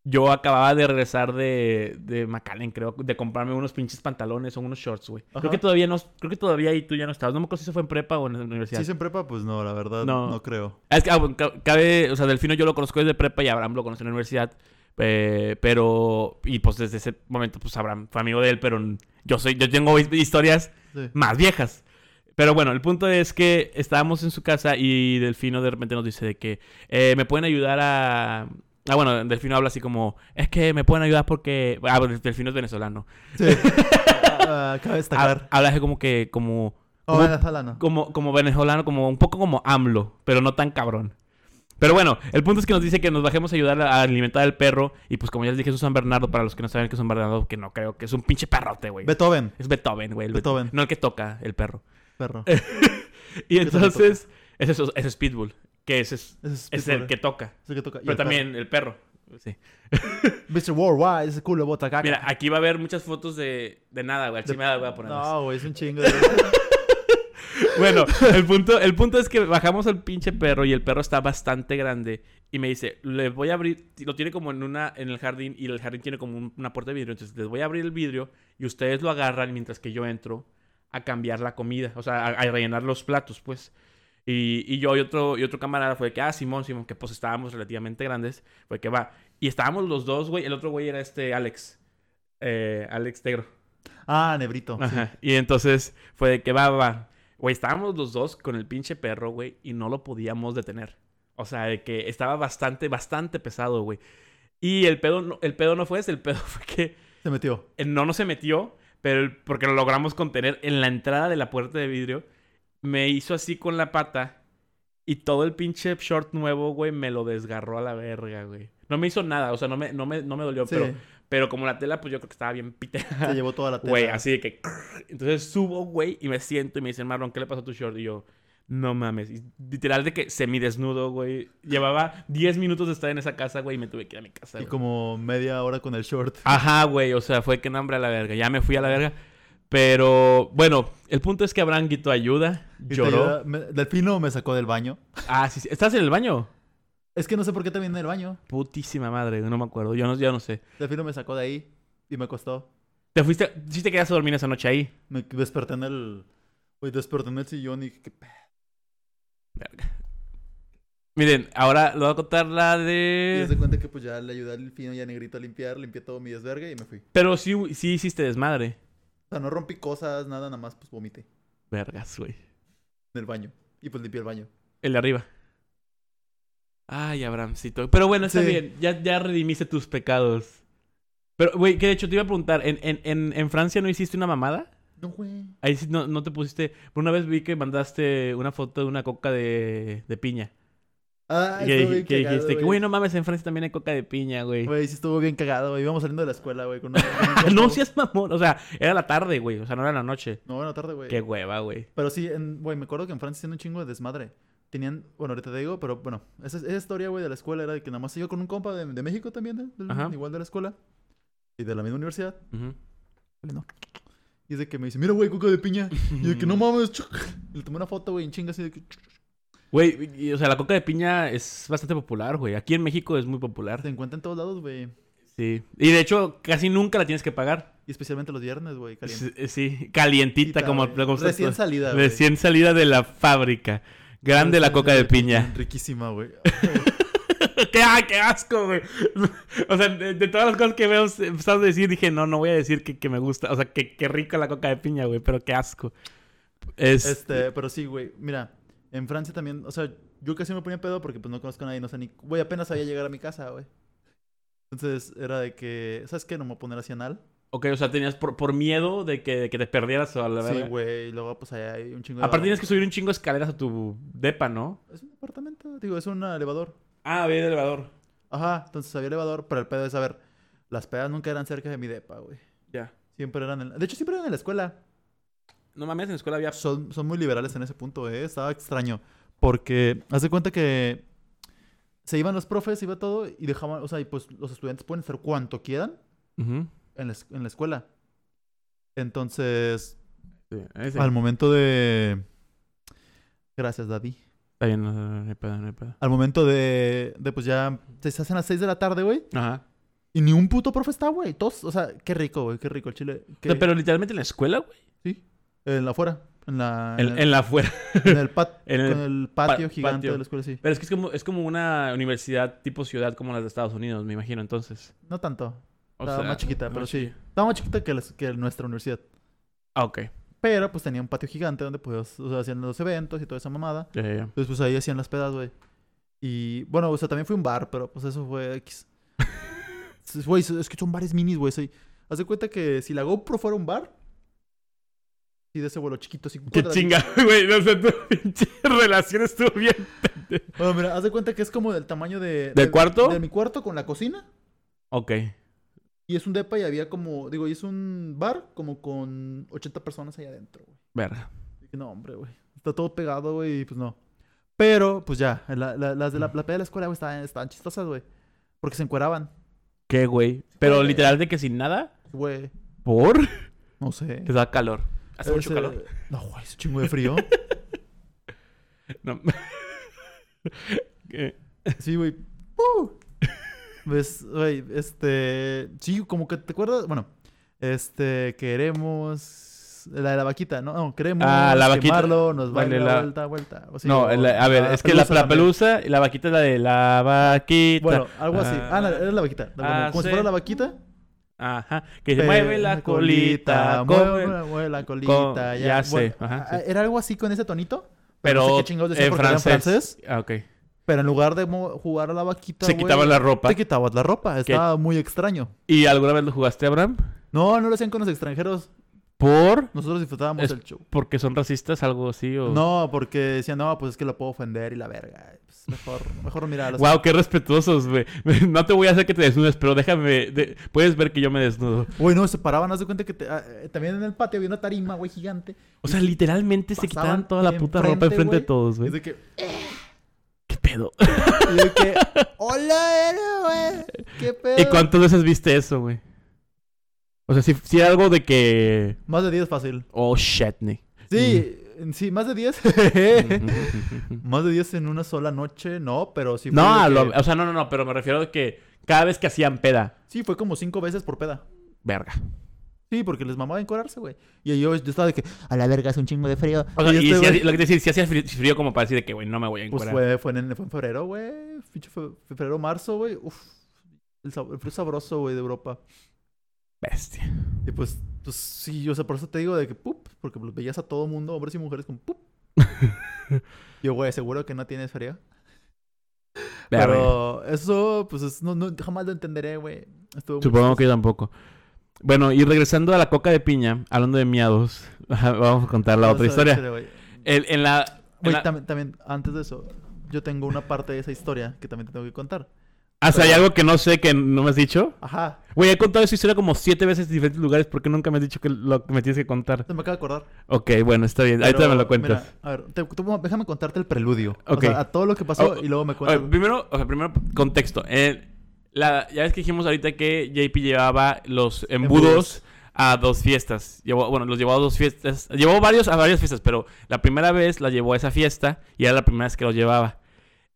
S1: Yo acababa de regresar de, de McAllen, creo, de comprarme unos pinches pantalones o unos shorts, güey.
S2: Ajá.
S1: Creo que todavía no, creo que todavía ahí tú ya no estabas. No me acuerdo si eso fue en prepa o en la universidad.
S2: Sí, se en prepa, pues no, la verdad. No,
S1: No.
S2: creo.
S1: Ah, Es que, ah, bueno, ca- cabe, o sea, Delfino yo lo conozco desde prepa y Abraham lo conoce en la universidad. eh, pero, y pues desde ese momento, pues Abraham fue amigo de él, pero yo soy, yo tengo his- historias [laughs]
S2: Sí.
S1: más viejas. Pero bueno, el punto es que estábamos en su casa y Delfino de repente nos dice de que eh, me pueden ayudar a... Ah, bueno, Delfino habla así como, es que me pueden ayudar porque... Ah, bueno, Delfino es venezolano.
S2: Sí. Ah, ah, Cabe
S1: Ha-
S2: destacar.
S1: Habla así como que, como,
S2: Oh,
S1: ¿cómo-
S2: en la sala no.
S1: como, como venezolano, como un poco como AMLO, pero no tan cabrón. Pero bueno, el punto es que nos dice que nos bajemos a ayudar a alimentar al perro. Y pues como ya les dije, es un San Bernardo, para los que no saben que es un Bernardo, que no creo, que es un pinche perrote, güey.
S2: Beethoven,
S1: es Beethoven, güey. el Bet-
S2: Beethoven.
S1: No el que toca, el perro.
S2: perro.
S1: Eh, Y
S2: es el que toca?
S1: entonces, ese es, ese es Pitbull, que ese es,
S2: Ese es,
S1: es
S2: Beethoven,
S1: el que toca.
S2: ese que toca. Y
S1: Pero
S2: el perro.
S1: también el perro. Sí.
S2: Mr. Worldwide, ese culo bota caca.
S1: Mira, aquí va a haber muchas fotos de, de nada, güey. Al chile me la voy a poner.
S2: No, güey, es un chingo. De...
S1: [laughs] Bueno, el punto, el punto es que bajamos al pinche perro y el perro está bastante grande. Y me dice, le voy a abrir, lo tiene como en una, en el jardín, y el jardín tiene como un- una puerta de vidrio. Entonces les voy a abrir el vidrio y ustedes lo agarran mientras que yo entro a cambiar la comida. O sea, a, a rellenar los platos, pues. Y, y yo y otro, y otro camarada fue de que, ah, Simón, Simón, que pues estábamos relativamente grandes, fue que va. Y estábamos los dos, güey, el otro güey era este Alex, eh, Alex Tegro.
S2: Ah, Nebrito. sí.
S1: Ajá. Y entonces fue de que va, va, va. Güey, estábamos los dos con el pinche perro, güey, y no lo podíamos detener. O sea, de que estaba bastante, bastante pesado, güey. Y el pedo, no, el pedo no fue ese, el pedo [laughs] fue que
S2: Se metió.
S1: eh, no no se metió, pero el- porque lo logramos contener en la entrada de la puerta de vidrio, me hizo así con la pata y todo el pinche short nuevo, güey, me lo desgarró a la verga, güey. No me hizo nada, o sea, no me, no me, no me dolió,
S2: Sí,
S1: pero, pero como la tela, pues yo creo que estaba bien
S2: se
S1: pita.
S2: llevó toda la tela.
S1: Güey, así de que... Entonces subo, güey, y me siento y me dicen, Marlon, ¿qué le pasó a tu short? Y yo, no mames. Y literal de que semidesnudo, güey. Llevaba 10 minutos de estar en esa casa, güey, y me tuve que ir a mi casa.
S2: Y
S1: güey. Ah,
S2: como media hora con el short.
S1: Ajá, güey, o sea, fue que nombre a la verga. Ya me fui a la verga. Pero, bueno, el punto es que Abraham quitó ayuda,
S2: Y te
S1: lloró.
S2: ayuda- me- Delfino me sacó del baño.
S1: Ah, sí, sí. ¿Estás en el baño?
S2: Es que no sé por qué también en el baño.
S1: Putísima madre, no me acuerdo. Yo no, yo no sé.
S2: Delfino me sacó de ahí y me acostó.
S1: Te fuiste, sí te quedaste a dormir esa noche ahí.
S2: Me desperté en el. Güey, desperté en el sillón y. ¿qué pe-
S1: Miren, ahora le voy a contar la
S2: Y
S1: de...
S2: se cuenta que pues ya le ayudé al Delfino y a Negrito a limpiar, limpié todo mi desvergue y me fui.
S1: Pero sí, sí hiciste desmadre.
S2: O sea, no rompí cosas, nada, nada más pues vomité en
S1: Vergas, güey.
S2: el baño. Y pues limpié el baño.
S1: El de arriba. Ay, Abrahamcito. Pero bueno, está
S2: Sí.
S1: bien. Ya, ya redimiste tus pecados. Pero, güey, que de hecho te iba a preguntar, ¿en, en, en, en Francia no hiciste una mamada?
S2: No, güey.
S1: Ahí sí no, no te pusiste... Una vez vi que mandaste una foto de una coca de, de piña.
S2: Ah,
S1: que
S2: estuvo
S1: dij-
S2: bien
S1: que
S2: cagado,
S1: dijiste que,
S2: güey.
S1: güey, no mames, en Francia también hay coca de piña, güey.
S2: Güey, sí estuvo bien cagado, güey. Íbamos saliendo de la escuela, güey. Con una...
S1: [laughs] no seas mamón. O sea, era la tarde, güey. O sea, no era la noche.
S2: No, buena tarde, güey.
S1: Qué hueva, güey.
S2: Pero sí, en- güey, me acuerdo que en Francia hacían un chingo de desmadre. Tenían, bueno, ahorita te digo, pero bueno, esa, esa historia, güey, de la escuela era de que nada más yo con un compa de, de México también, ¿eh? Del-
S1: Ajá.
S2: igual de la escuela y de la misma universidad.
S1: Ujú.
S2: Y es de que me dice, mira, güey, coca
S1: [laughs]
S2: de piña. Y de que no mames, [laughs] chuc. Y le tomé una foto, güey, en chinga, así de que. [laughs] chuc, chuc.
S1: Güey, y- o sea, la coca de piña es bastante popular, güey. Aquí en México es muy popular.
S2: Te encuentran en todos lados, güey.
S1: Sí. Y de hecho, casi nunca la tienes que pagar.
S2: Y especialmente los viernes, güey, caliente.
S1: Sí, eh, sí, calientita, como,
S2: güey.
S1: como estás
S2: Recién
S1: tú.
S2: salida, güey.
S1: Recién salida de la fábrica. Grande la
S2: Recién
S1: coca
S2: salida
S1: de piña.
S2: Riquísima, güey.
S1: [laughs] ¡Qué, ah, qué asco, güey! [laughs] O sea, de, de todas las cosas que veo, se- empezaste a decir, dije, no, no voy a decir que, que me gusta. O sea, que, que rica la coca de piña, güey, pero qué asco. Es...
S2: Este, pero sí, güey. Mira, en Francia también, o sea, yo casi me ponía pedo porque pues no conozco a nadie, no sé ni. Güey, apenas sabía llegar a mi casa, güey. Entonces era de que, ¿sabes qué? No me voy a poner así anal.
S1: Ok, o sea, tenías por, por miedo de que, de que te perdieras o a la Ah,
S2: Sí,
S1: verdad.
S2: güey. Y luego, pues allá hay un chingo de.
S1: Aparte
S2: barro.
S1: tienes que subir un chingo de escaleras a tu depa, ¿no?
S2: Es un apartamento, digo, es un elevador.
S1: Ah, bien, elevador.
S2: Ajá, entonces había elevador, pero el pedo es, a ver, las pedas nunca eran cerca de mi depa, güey.
S1: Ya.
S2: Siempre eran en la- De hecho, siempre eran en la escuela.
S1: No mames, en la escuela había...
S2: Son, son muy liberales en ese punto, ¿eh? Estaba extraño. Porque, haz de cuenta que se iban los profes, iba todo, y dejaban, o sea, y pues los estudiantes pueden hacer cuanto quieran
S1: Ujú.
S2: en la, es- en la escuela. Entonces,
S1: Sí, ese.
S2: al momento de... Gracias, Daddy.
S1: Está bien, no, no, no, no hay pedo, no hay pedo.
S2: Al momento de, de pues ya, se hacen las 6 de la tarde, güey.
S1: Ajá.
S2: Y ni un puto profe está, güey. Todos, o sea, qué rico, güey, qué rico el chile.
S1: O
S2: qué-
S1: sea, pero literalmente en la escuela, güey.
S2: En la afuera, en la...
S1: En, en la afuera.
S2: en el, pat-
S1: [laughs] en el
S2: con el patio
S1: pa-
S2: gigante
S1: patio.
S2: de la escuela, sí.
S1: Pero es que es como, es como una universidad tipo ciudad como las de Estados Unidos, me imagino, entonces.
S2: No tanto.
S1: O
S2: Estaba más chiquita,
S1: más
S2: pero sí.
S1: chiquilla.
S2: Estaba más chiquita que, las- que nuestra universidad.
S1: Ah, ok.
S2: Pero pues tenía un patio gigante donde podías, o sea, hacían los eventos y toda esa mamada.
S1: Ya, ya, ya.
S2: Entonces pues ahí hacían las pedas, güey. Y bueno, o sea, también fue un bar, pero pues eso fue
S1: [laughs]
S2: X. Sí, Güey, es- es que son bares minis, güey. soy- Haz de cuenta que si la GoPro fuera un bar, y de ese vuelo chiquito, así.
S1: Qué
S2: cuadradito.
S1: chinga, [laughs] güey. O sea, tu [laughs] pinche relación estuvo bien.
S2: Bueno, mira, haz de cuenta que es como del tamaño de.
S1: ¿Del cuarto?
S2: De mi cuarto con la cocina.
S1: Ok.
S2: Y es un depa y había como, digo, y es un bar como con 80 personas ahí adentro, güey.
S1: Verga.
S2: Dije, no, hombre, güey. Está todo pegado, güey, y pues no. Pero, pues ya, la- la- las de la, la peda de la escuela, güey, estaban, estaban chistosas, güey. Porque se encueraban,
S1: ¿Qué, güey? Pero
S2: güey.
S1: literal de que sin nada.
S2: güey.
S1: ¿Por?
S2: No sé.
S1: Les da calor. ¿Hace mucho
S2: Ese-
S1: calor?
S2: No, güey, es un chingo
S1: [laughs]
S2: de frío.
S1: No. [laughs] ¿Qué?
S2: sí, güey. ¡Uh! Ves, güey, este. Sí, como que te acuerdas. Bueno, este, queremos La de la vaquita, ¿no? No, queremos
S1: Ah, la vaquita.
S2: quemarlo, nos vale
S1: Vale,
S2: la
S1: la-
S2: vuelta, vuelta. O sí,
S1: no,
S2: o-
S1: la- a ver,
S2: ah,
S1: es que la, la
S2: también.
S1: pelusa y la vaquita es la de la vaquita.
S2: Bueno, algo así.
S1: Ah.
S2: Ah, la- era la vaquita. La-
S1: Ah,
S2: como si
S1: sí.
S2: fuera la vaquita.
S1: Ajá. Que dice,
S2: pero-
S1: mueve la colita,
S2: mueve,
S1: come-
S2: mueve, mueve la colita. ya
S1: ya sé,
S2: Bueno,
S1: ajá,
S2: ah, Era algo así con ese tonito.
S1: Pero
S2: no sé qué chingados decía
S1: en
S2: porque era en
S1: francés.
S2: francés.
S1: Ah, ok.
S2: Pero en lugar de mo- jugar a la vaquita,
S1: Se
S2: güey,
S1: quitaban la ropa.
S2: Te quitabas la ropa. Estaba muy extraño.
S1: ¿Y alguna vez lo jugaste, Abraham?
S2: No, no lo hacían con los extranjeros.
S1: ¿Por?
S2: Nosotros disfrutábamos
S1: Es-
S2: el show.
S1: ¿Porque son racistas? ¿Algo así? O...
S2: No, porque decían, no, pues es que lo puedo ofender y la verga. Pues mejor, mejor mirar a los...
S1: Wow, qué respetuosos, güey. [laughs] No te voy a hacer que te desnudes, pero déjame. de- Puedes ver que yo me desnudo.
S2: Güey, no, se paraban, haz de cuenta que te- ah, eh, también en el patio había una tarima, güey, gigante.
S1: O sea, literalmente se
S2: Pasaban
S1: quitaban toda la puta ropa
S2: enfrente,
S1: enfrente
S2: güey.
S1: de todos,
S2: Y
S1: güey.
S2: de que,
S1: ¿Qué pedo?
S2: y de que, hola, era, güey, qué pedo.
S1: ¿Y cuántas veces viste eso, güey? O sea, si, si era algo de que.
S2: Más de 10 fácil.
S1: Oh, shit,
S2: [laughs]
S1: [laughs] ne.
S2: Sí, sí, más de 10. [laughs] más de 10 en una sola noche, no, pero sí fue...
S1: no, a
S2: de
S1: lo-
S2: que-
S1: o sea, no, no, no, pero me refiero a que cada vez que hacían peda,
S2: Sí, fue como 5 veces por peda.
S1: verga.
S2: Sí, porque les mamaba encorarse, güey. Y yo, yo estaba de que, a la verga, es un chingo de frío.
S1: O sea,
S2: Y
S1: y,
S2: este
S1: si,
S2: güey-
S1: hacía- lo que decir, si hacía fri- frío como para decir de que, güey, no me voy a
S2: Pues
S1: encuadrar.
S2: fue, fue, en, fue en febrero, güey. Pinche fe- Febrero, marzo, güey. Uf. El, sab- el frío sabroso, güey, de Europa.
S1: Bestia.
S2: Y pues, pues sí, o sea, por eso te digo de que pup, porque los veías a todo mundo, hombres y mujeres, con
S1: [laughs]
S2: pup. Yo, güey, seguro que no tienes frío.
S1: Verga.
S2: Pero eso, pues es- no, no, jamás lo entenderé, güey. Estuvo muy
S1: Supongo que yo tampoco. Bueno, y regresando a la coca de piña, hablando de miados, [laughs] vamos a contar la
S2: chistoso
S1: otra
S2: esa
S1: historia.
S2: güey.
S1: El- en la. en
S2: Güey,
S1: la-
S2: también, también, antes de eso, yo tengo una parte de esa historia que también te tengo que contar.
S1: Ah, o sea, hay algo que no sé que no me has dicho.
S2: Ajá,
S1: Güey, he contado esa historia como siete veces en diferentes lugares. ¿Por qué nunca me has dicho que lo que me tienes que contar?
S2: se me acaba de acordar.
S1: Ok, bueno, está bien. Ahorita
S2: Pero,
S1: me lo cuentas.
S2: mira, a ver, te- tú- déjame contarte el preludio. O
S1: Ok.
S2: sea, a todo lo que pasó
S1: Oh,
S2: y luego me
S1: A ver,
S2: cuentas.
S1: primero, o sea, primero contexto. Eh, la, ya ves que dijimos ahorita que JP llevaba los
S2: Embudos.
S1: embudos a dos fiestas. Llevó, bueno, los llevó a dos fiestas. Llevó varios a varias fiestas, pero la primera vez la llevó a esa fiesta y era la primera vez que los llevaba.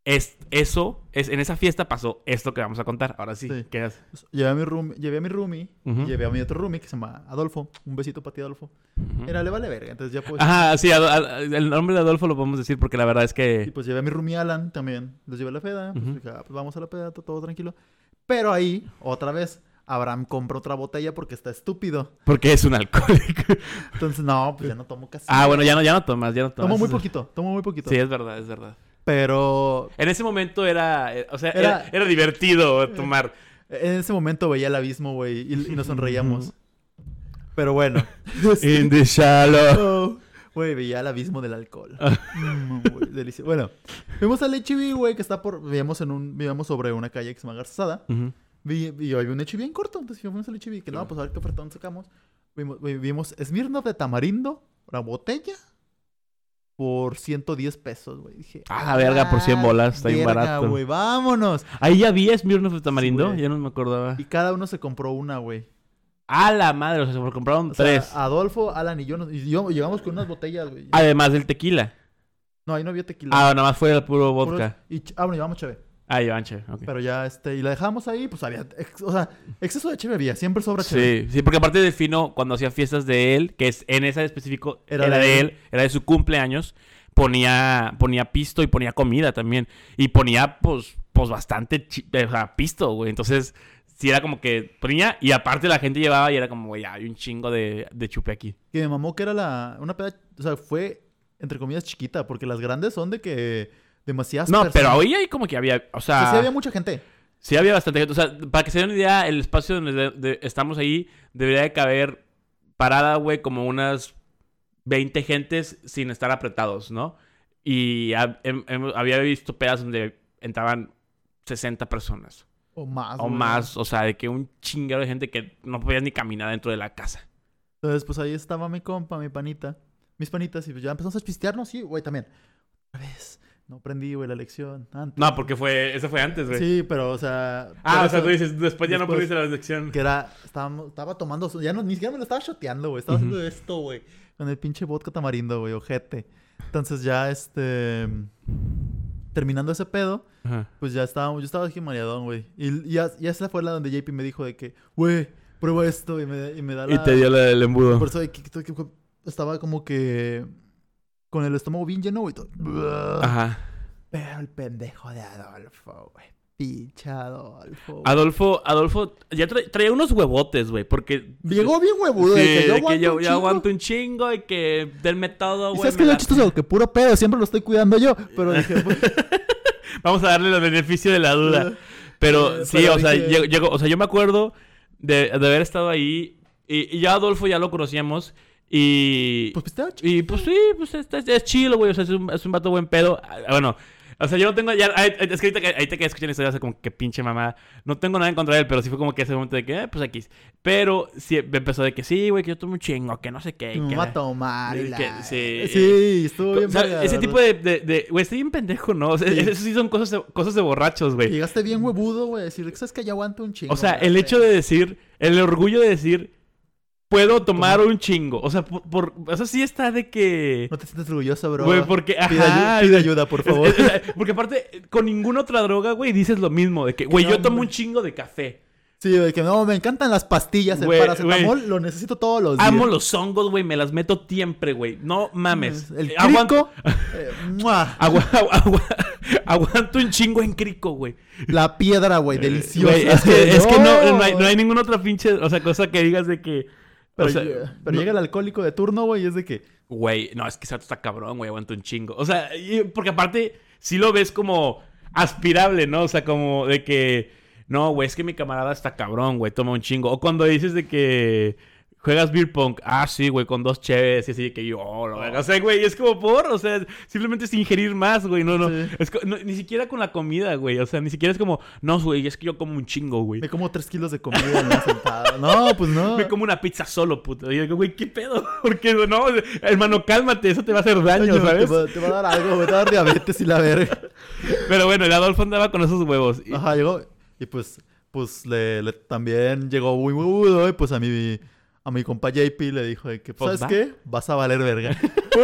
S1: Es, eso, es, en esa fiesta pasó esto que vamos a contar. Ahora sí,
S2: Sí.
S1: ¿qué es?
S2: Llevé a mi roomie, llevé a mi roomie,
S1: Ujú.
S2: llevé a mi otro roomie que se llama Adolfo. Un besito para ti, Adolfo.
S1: Ujú.
S2: Era, le vale verga, entonces ya pues...
S1: Ajá, sí, Ado- a- a- el nombre de Adolfo lo podemos decir porque la verdad es
S2: Y
S1: que...
S2: pues llevé a mi roomie Alan también. Los llevé a la peda. Pues,
S1: Ujú.
S2: dije, ah, pues, vamos a la peda, to- todo tranquilo. Pero ahí, otra vez, Abraham compra otra botella porque está estúpido.
S1: Porque es un alcohólico.
S2: Entonces, no, pues ya no tomo casi.
S1: [laughs] Ah, bueno, ya no, ya no tomas, ya no tomas.
S2: Tomo muy poquito, tomo muy poquito.
S1: Sí, es verdad, es verdad.
S2: Pero
S1: En ese momento era, eh, o sea,
S2: Era-
S1: era, era divertido tomar.
S2: en ese momento veía el abismo, güey, y, y
S1: [laughs]
S2: nos sonreíamos. Pero bueno.
S1: the shallow.
S2: Oh, [laughs] Güey, veía el abismo del alcohol.
S1: Ah.
S2: Mm, güey, delicioso. Bueno, vimos al HIV, güey, que está por... Vivíamos en un... Vivíamos sobre una calle que se llama Garzada. Vi, vi, había un HIV en corto, entonces fuimos al HIV. Que no, pues a ver qué ofertón sacamos. Vimos, vi- vimos Smirnoff de tamarindo, la botella, por 110 pesos, güey. Dije...
S1: Ah, la verga, por 100 bolas, está bien
S2: verga,
S1: barato.
S2: güey, vámonos.
S1: Ahí ya vi Smirnoff de
S2: Sí,
S1: Tamarindo,
S2: güey.
S1: ya no me acordaba.
S2: Y cada uno se compró una, güey.
S1: A la madre, o sea, se compraron
S2: O sea, ah.
S1: tres.
S2: Adolfo, Alan y yo, nos- y yo llegamos con unas botellas, güey.
S1: Además del tequila.
S2: No, ahí no había tequila.
S1: Ah, nada más fue el puro vodka.
S2: Puros- Y, ch- ah, bueno, llevamos chévere.
S1: Ah, Iván, che, ok.
S2: Pero ya, este, y la dejamos ahí, pues había, ex- o sea, exceso de cheve había, siempre sobra cheve.
S1: Sí, sí, porque aparte del fino, cuando hacía fiestas de él, que es en esa de específico
S2: Era
S1: era, de,
S2: de él.
S1: él. era de su cumpleaños, ponía, ponía pisto y ponía comida también. Y ponía, pues, pues bastante chi- eh, o sea, pisto, güey. Entonces, sí era como que ponía, y aparte la gente llevaba y era como, güey, hay un chingo de, de chupe aquí.
S2: Que me mamó que era la, una peda, o sea, fue, entre comillas, chiquita, porque las grandes son de que demasiadas
S1: No,
S2: personas.
S1: pero hoy hay como que había, o
S2: O
S1: sea,
S2: sea, sí había mucha gente.
S1: bastante gente. O sea, para que se den una idea, el espacio donde de- de- estamos ahí debería de caber parada, güey, como unas 20 gentes sin estar apretados, ¿no? Y ha- hem- hem- había visto pedas donde entraban 60 personas
S2: O más.
S1: o
S2: Ah, güey.
S1: más, o sea, de que un chingado de gente que no podía ni caminar dentro de la casa.
S2: Entonces, pues ahí estaba mi compa, mi panita, mis panitas, y pues ya empezamos a pistearnos, sí, güey, también. Otra vez, no aprendí, güey, la lección antes.
S1: No, porque fue, eso fue antes, güey.
S2: Sí, pero, o sea...
S1: Ah,
S2: por
S1: o sea,
S2: eso-
S1: tú dices, después ya no
S2: después-
S1: pudiste la lección.
S2: Que era, estábamos- estaba tomando, so- ya no, ni siquiera me lo estaba shoteando, güey. Estaba haciendo esto, güey. Con el pinche vodka tamarindo, güey, ojete. Entonces ya, este. Terminando ese pedo,
S1: Ajá.
S2: pues ya estábamos, yo estaba aquí mareadón, güey. Y, y ya, ya esa fue la donde JP me dijo de que, güey, prueba esto y me, y me da la.
S1: el embudo.
S2: Por eso, de que- que- que- estaba como que con el estómago bien lleno, güey. todo.
S1: Ajá.
S2: Pero el pendejo de Adolfo, güey. Pinche Adolfo. güey.
S1: Adolfo, Adolfo, ya tra- traía unos huevotes, güey, porque...
S2: Llegó bien huevudo. de
S1: Sí,
S2: que yo
S1: de
S2: aguanto
S1: que yo,
S2: un
S1: yo
S2: chingo.
S1: aguanto un chingo y que denme todo,
S2: ¿Y
S1: güey.
S2: sabes
S1: me
S2: que es lo
S1: la-
S2: chistoso? Que puro pedo, siempre lo estoy cuidando yo. Pero dije,
S1: [laughs]
S2: pues,
S1: Vamos a darle el beneficio de la duda. Pero
S2: Eh,
S1: sí,
S2: pero
S1: o sea,
S2: dije-
S1: llegó- llegó- o sea, yo me acuerdo de, de haber estado ahí y, y ya Adolfo ya lo conocíamos y...
S2: pues está chido.
S1: Y pues sí, pues es, es- es chido, güey. O sea, es un, es un vato buen pedo. Ah, Bueno, o sea, yo no tengo. Ya, ay, ay, es que ahorita, que- ahorita que escuché la historia, hace como que pinche mamá. No tengo nada en contra de él, pero sí fue como que ese momento de que, eh, pues aquí. Pero sí me empezó de que sí, güey, que yo tomo un chingo, que no sé qué.
S2: Me
S1: que
S2: va
S1: la-
S2: a tomar. y
S1: que-
S2: la-
S1: sí.
S2: sí, estuvo bien.
S1: O sea,
S2: verga,
S1: ese
S2: la
S1: tipo
S2: verdad.
S1: de. de- de- Güey, estoy bien pendejo, ¿no? O sea,
S2: Sí.
S1: Eso sí son cosas de, cosas de borrachos, güey.
S2: Llegaste bien huevudo, güey. a Decir, ¿sabes que ya aguanto un chingo?
S1: O sea,
S2: güey,
S1: el hecho de decir, el orgullo de decir, puedo tomar un chingo. O sea, por, por- o sea, sí está de que. [laughs]
S2: No te sientes orgulloso, bro.
S1: Güey, porque.
S2: Pide,
S1: ajá,
S2: ayu- pide ayuda, por
S1: [laughs]
S2: favor.
S1: Es- es- es- porque aparte, con ninguna otra droga, güey, dices lo mismo. De que, güey,
S2: no,
S1: yo tomo
S2: hombre.
S1: un chingo de café.
S2: Sí, de que no, me encantan las pastillas, el
S1: Güey,
S2: paracetamol, lo necesito todos los días.
S1: Amo los hongos, güey, me las meto siempre, güey. No mames.
S2: El
S1: Eh, aguanto,
S2: crico, eh, ¡mua!
S1: agua- [laughs] agua- agua- aguanto un chingo en crico, güey.
S2: la piedra, güey, deliciosa.
S1: Eh, Güey, es
S2: [laughs]
S1: que, es que no, no hay, no hay ninguna otra pinche, o sea, cosa que digas de que...
S2: Pero,
S1: o sea,
S2: llega- pero
S1: no-
S2: llega el alcohólico de turno, güey, y es de que...
S1: Güey, no, es que ese vato está cabrón, güey, aguanta un chingo. O sea, y- porque aparte, si lo ves como aspirable, ¿no? O sea, como de que, no, güey, es que mi camarada está cabrón, güey, toma un chingo. O cuando dices de que juegas beer pong, ah, sí, güey, con dos chéves y así, de que yo, oh, la verga. O sea, güey, es como por, o sea, simplemente es ingerir más, güey, no, no.
S2: Sí.
S1: Es co- no, ni siquiera con la comida, güey, o sea, ni siquiera es como, no, güey, es que yo como un chingo, güey.
S2: Me como tres kilos de comida en una sentada. No, [laughs] pues no.
S1: Me como una pizza solo, puto. Y yo digo, güey, ¿qué pedo? [laughs] Porque, no, hermano, cálmate, eso te va a hacer daño,
S2: Coño,
S1: ¿sabes?
S2: Te va, te va a dar algo, güey, te va a dar diabetes y la verga.
S1: Pero bueno, el Adolfo andaba con esos huevos. Y-
S2: Ajá, llegó. Y pues, pues le, le- también llegó muy huevudo. Y pues a mi, a mi compa JP le dijo de que,
S1: Pues
S2: ¿sabes
S1: va.
S2: qué? Vas a
S1: [laughs]
S2: valer verga. [laughs]
S1: Y,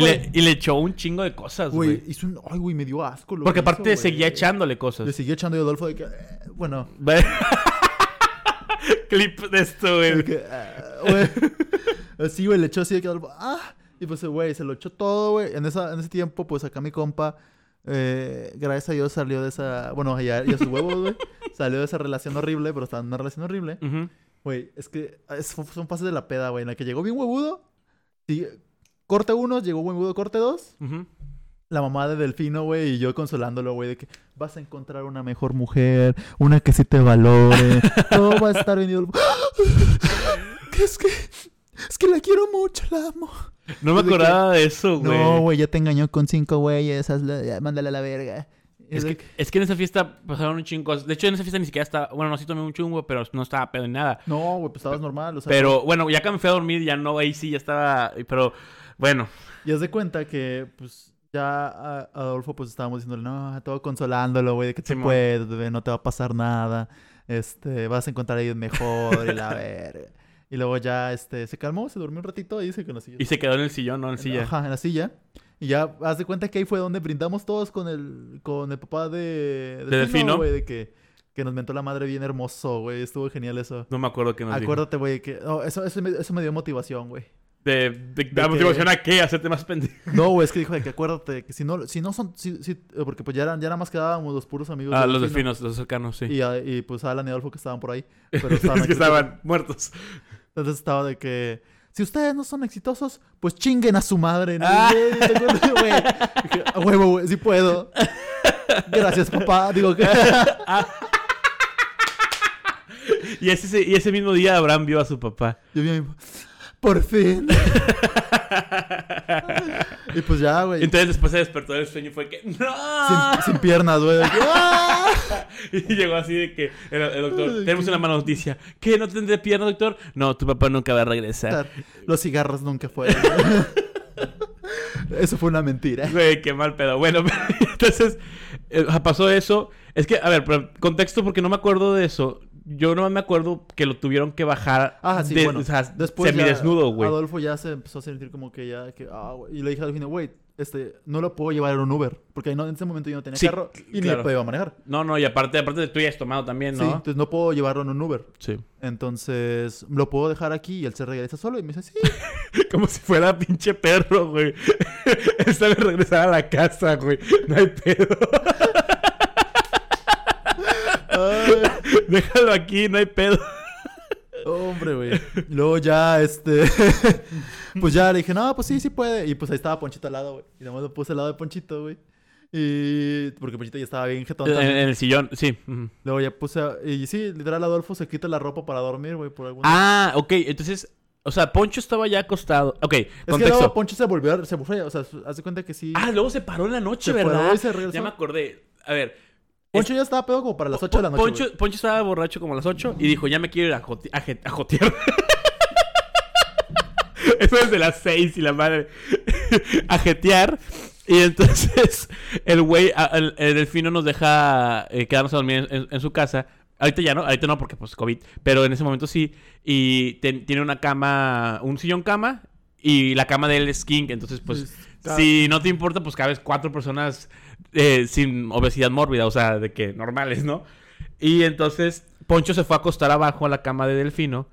S2: ¡Uh!
S1: le, y le echó un chingo de cosas,
S2: Güey,
S1: güey.
S2: hizo un. Ay, güey, me dio asco. lo
S1: Porque
S2: que
S1: aparte
S2: hizo, güey.
S1: seguía echándole
S2: Le
S1: cosas.
S2: seguía echando y Adolfo de que. eh,
S1: [laughs]
S2: bueno.
S1: Clip de esto,
S2: de
S1: güey.
S2: que, ah, güey. [laughs] Sí, güey, le echó así de que Adolfo. ¡Ah! Y pues, güey, se lo echó todo, güey. En, esa- en ese tiempo, pues acá mi compa. eh, gracias a Dios salió de esa. Bueno, ya, ya sus huevos,
S1: [laughs]
S2: güey. Salió de esa relación horrible, pero estaba en una relación horrible.
S1: Ujú.
S2: Güey, es que ah, es- son pases de la peda, güey. En la que llegó bien huevudo. sí, corte uno, llegó huevudo, corte dos.
S1: Ujú.
S2: La mamá de Delfino, güey, y yo consolándolo, güey, de que vas a encontrar una mejor mujer, una que sí te valore, todo va a estar bien. Y yo, ¡Ah! Es que, es que la quiero mucho, la amo.
S1: No me
S2: Es de que-
S1: acordaba de eso, güey.
S2: No, güey, ya te engañó con cinco güeyes, hazle- ya, mándale a la verga.
S1: Es que, es que en esa fiesta pasaron un chingo. De hecho, en esa fiesta ni siquiera estaba. Bueno, no sí tomé un chungo, pero no estaba pedo ni nada.
S2: No, güey, pues estabas normal, o sea.
S1: Pero bueno, ya que me fui a dormir, ya no, ahí sí, ya estaba. Pero bueno,
S2: Y haz de cuenta que, pues, ya a- Adolfo, pues, estábamos diciéndole, no, todo consolándolo, güey, de que te
S1: Simón.
S2: puedes, güey, no te va a pasar nada, este, vas a encontrar a alguien mejor
S1: [laughs]
S2: y la verga. Y luego ya, este, se calmó, se durmió un ratito y se conoció.
S1: y se quedó en el sillón, ¿no? En la silla.
S2: Ajá, en la silla. Y ya, haz de cuenta que ahí fue donde brindamos todos con el, con el papá de...
S1: De Delfino.
S2: güey, de que, que nos mentó la madre bien hermoso, güey, estuvo genial eso.
S1: No me acuerdo qué nos dijo.
S2: Acuérdate, güey, que... no, eso, eso, me, eso me dio motivación, güey.
S1: De, de,
S2: De
S1: la
S2: que-
S1: motivación a qué, hacerte más pendejo.
S2: No, güey, es que dijo de que acuérdate que si no, si no son, si, si- eh, porque pues ya eran, ya nada más quedábamos los puros amigos.
S1: Ah,
S2: de
S1: los
S2: Delfino.
S1: delfinos, los cercanos, [laughs] sí.
S2: Y, a- y, pues Alan y Adolfo que estaban por
S1: [laughs]
S2: ahí. Pero estaban
S1: es que
S2: aquí.
S1: estaban muertos.
S2: Entonces estaba de que si ustedes no son exitosos, pues chinguen a su madre. ¿no?
S1: Ah.
S2: Güey, ¿te acuerdas, güey? Dije, "A huevo, güey, sí puedo. Gracias, papá. Digo [laughs] que
S1: Y ese, se- y ese mismo día Abraham vio a su [laughs] papá.
S2: yo vi a mi papá, por fin. y pues ya, güey.
S1: Entonces después se despertó del sueño y fue que ¡No!
S2: Sin, sin piernas, güey. De que, "Ah".
S1: [laughs] Y llegó así de que el, el doctor, tenemos una mala noticia. ¿Qué? ¿No tendré pierna, doctor? No, tu papá nunca va a regresar.
S2: Los cigarros nunca fueron. [laughs] Eso fue una mentira.
S1: Güey, qué mal pedo. Bueno, [laughs] entonces eh, pasó eso. Es que, a ver, pero contexto porque no me acuerdo de eso. Yo no me acuerdo que lo tuvieron que bajar
S2: Ah, sí,
S1: de-
S2: bueno.
S1: o sea,
S2: Después ya
S1: semidesnudo, güey.
S2: Adolfo ya se empezó a sentir como que ya que ah, güey. y le dije al final, "Güey, este, no lo puedo llevar en un Uber. Porque no- en ese momento yo no tenía
S1: Sí,
S2: carro y
S1: claro.
S2: ni podía manejar.
S1: No, no, y aparte, aparte tú ya has tomado también,
S2: Sí,
S1: ¿no?
S2: entonces no puedo llevarlo en un Uber.
S1: Sí. [laughs]
S2: Entonces lo puedo dejar aquí y él se regresa solo y me dice,
S1: [laughs]
S2: sí,
S1: Como si fuera pinche perro, güey. [laughs] Esta vez regresar a la casa, güey. No hay pedo. [laughs]
S2: ay,
S1: Déjalo aquí, no hay pedo.
S2: hombre, güey. Y Luego ya, este, [laughs] pues ya le dije, no, pues sí, sí puede. Y pues ahí estaba Ponchito al lado, güey. Y nomás lo puse al lado de Ponchito, güey. Y porque Ponchito ya estaba bien jetón.
S1: En,
S2: también.
S1: en el sillón, sí. ujú.
S2: Luego ya puse, a- y sí, literal Adolfo se quita la ropa para dormir, güey, por alguna
S1: Ah, ok. Entonces, o sea, Poncho estaba ya acostado. Ok,
S2: Es que
S1: contexto.
S2: luego Poncho se volvió, se fue, o sea, hace cuenta que sí.
S1: Ah, luego se paró en la noche,
S2: Se fue,
S1: ¿verdad?
S2: luego se regresó.
S1: Ya me acordé. A ver,
S2: Poncho ya estaba pedo como para las 8 de la noche.
S1: Poncho,
S2: güey.
S1: Poncho estaba borracho como a las 8 y dijo, ya me quiero ir a, jote- a je- a jotear. [laughs] Eso es de las 6 y la madre. [laughs] a jetear. Y entonces [laughs] el güey, a- el, el delfino nos deja eh, quedarnos a dormir en, en- en su casa. Ahorita ya no, ahorita no porque pues COVID, pero en ese momento sí. Y ten- tiene una cama, un sillón cama y la cama de él es king. Entonces pues
S2: Está-
S1: si no te importa pues cabes cuatro personas eh, sin obesidad mórbida, o sea, de que normales, ¿no? Y entonces Poncho se fue a acostar abajo a la cama de Delfino.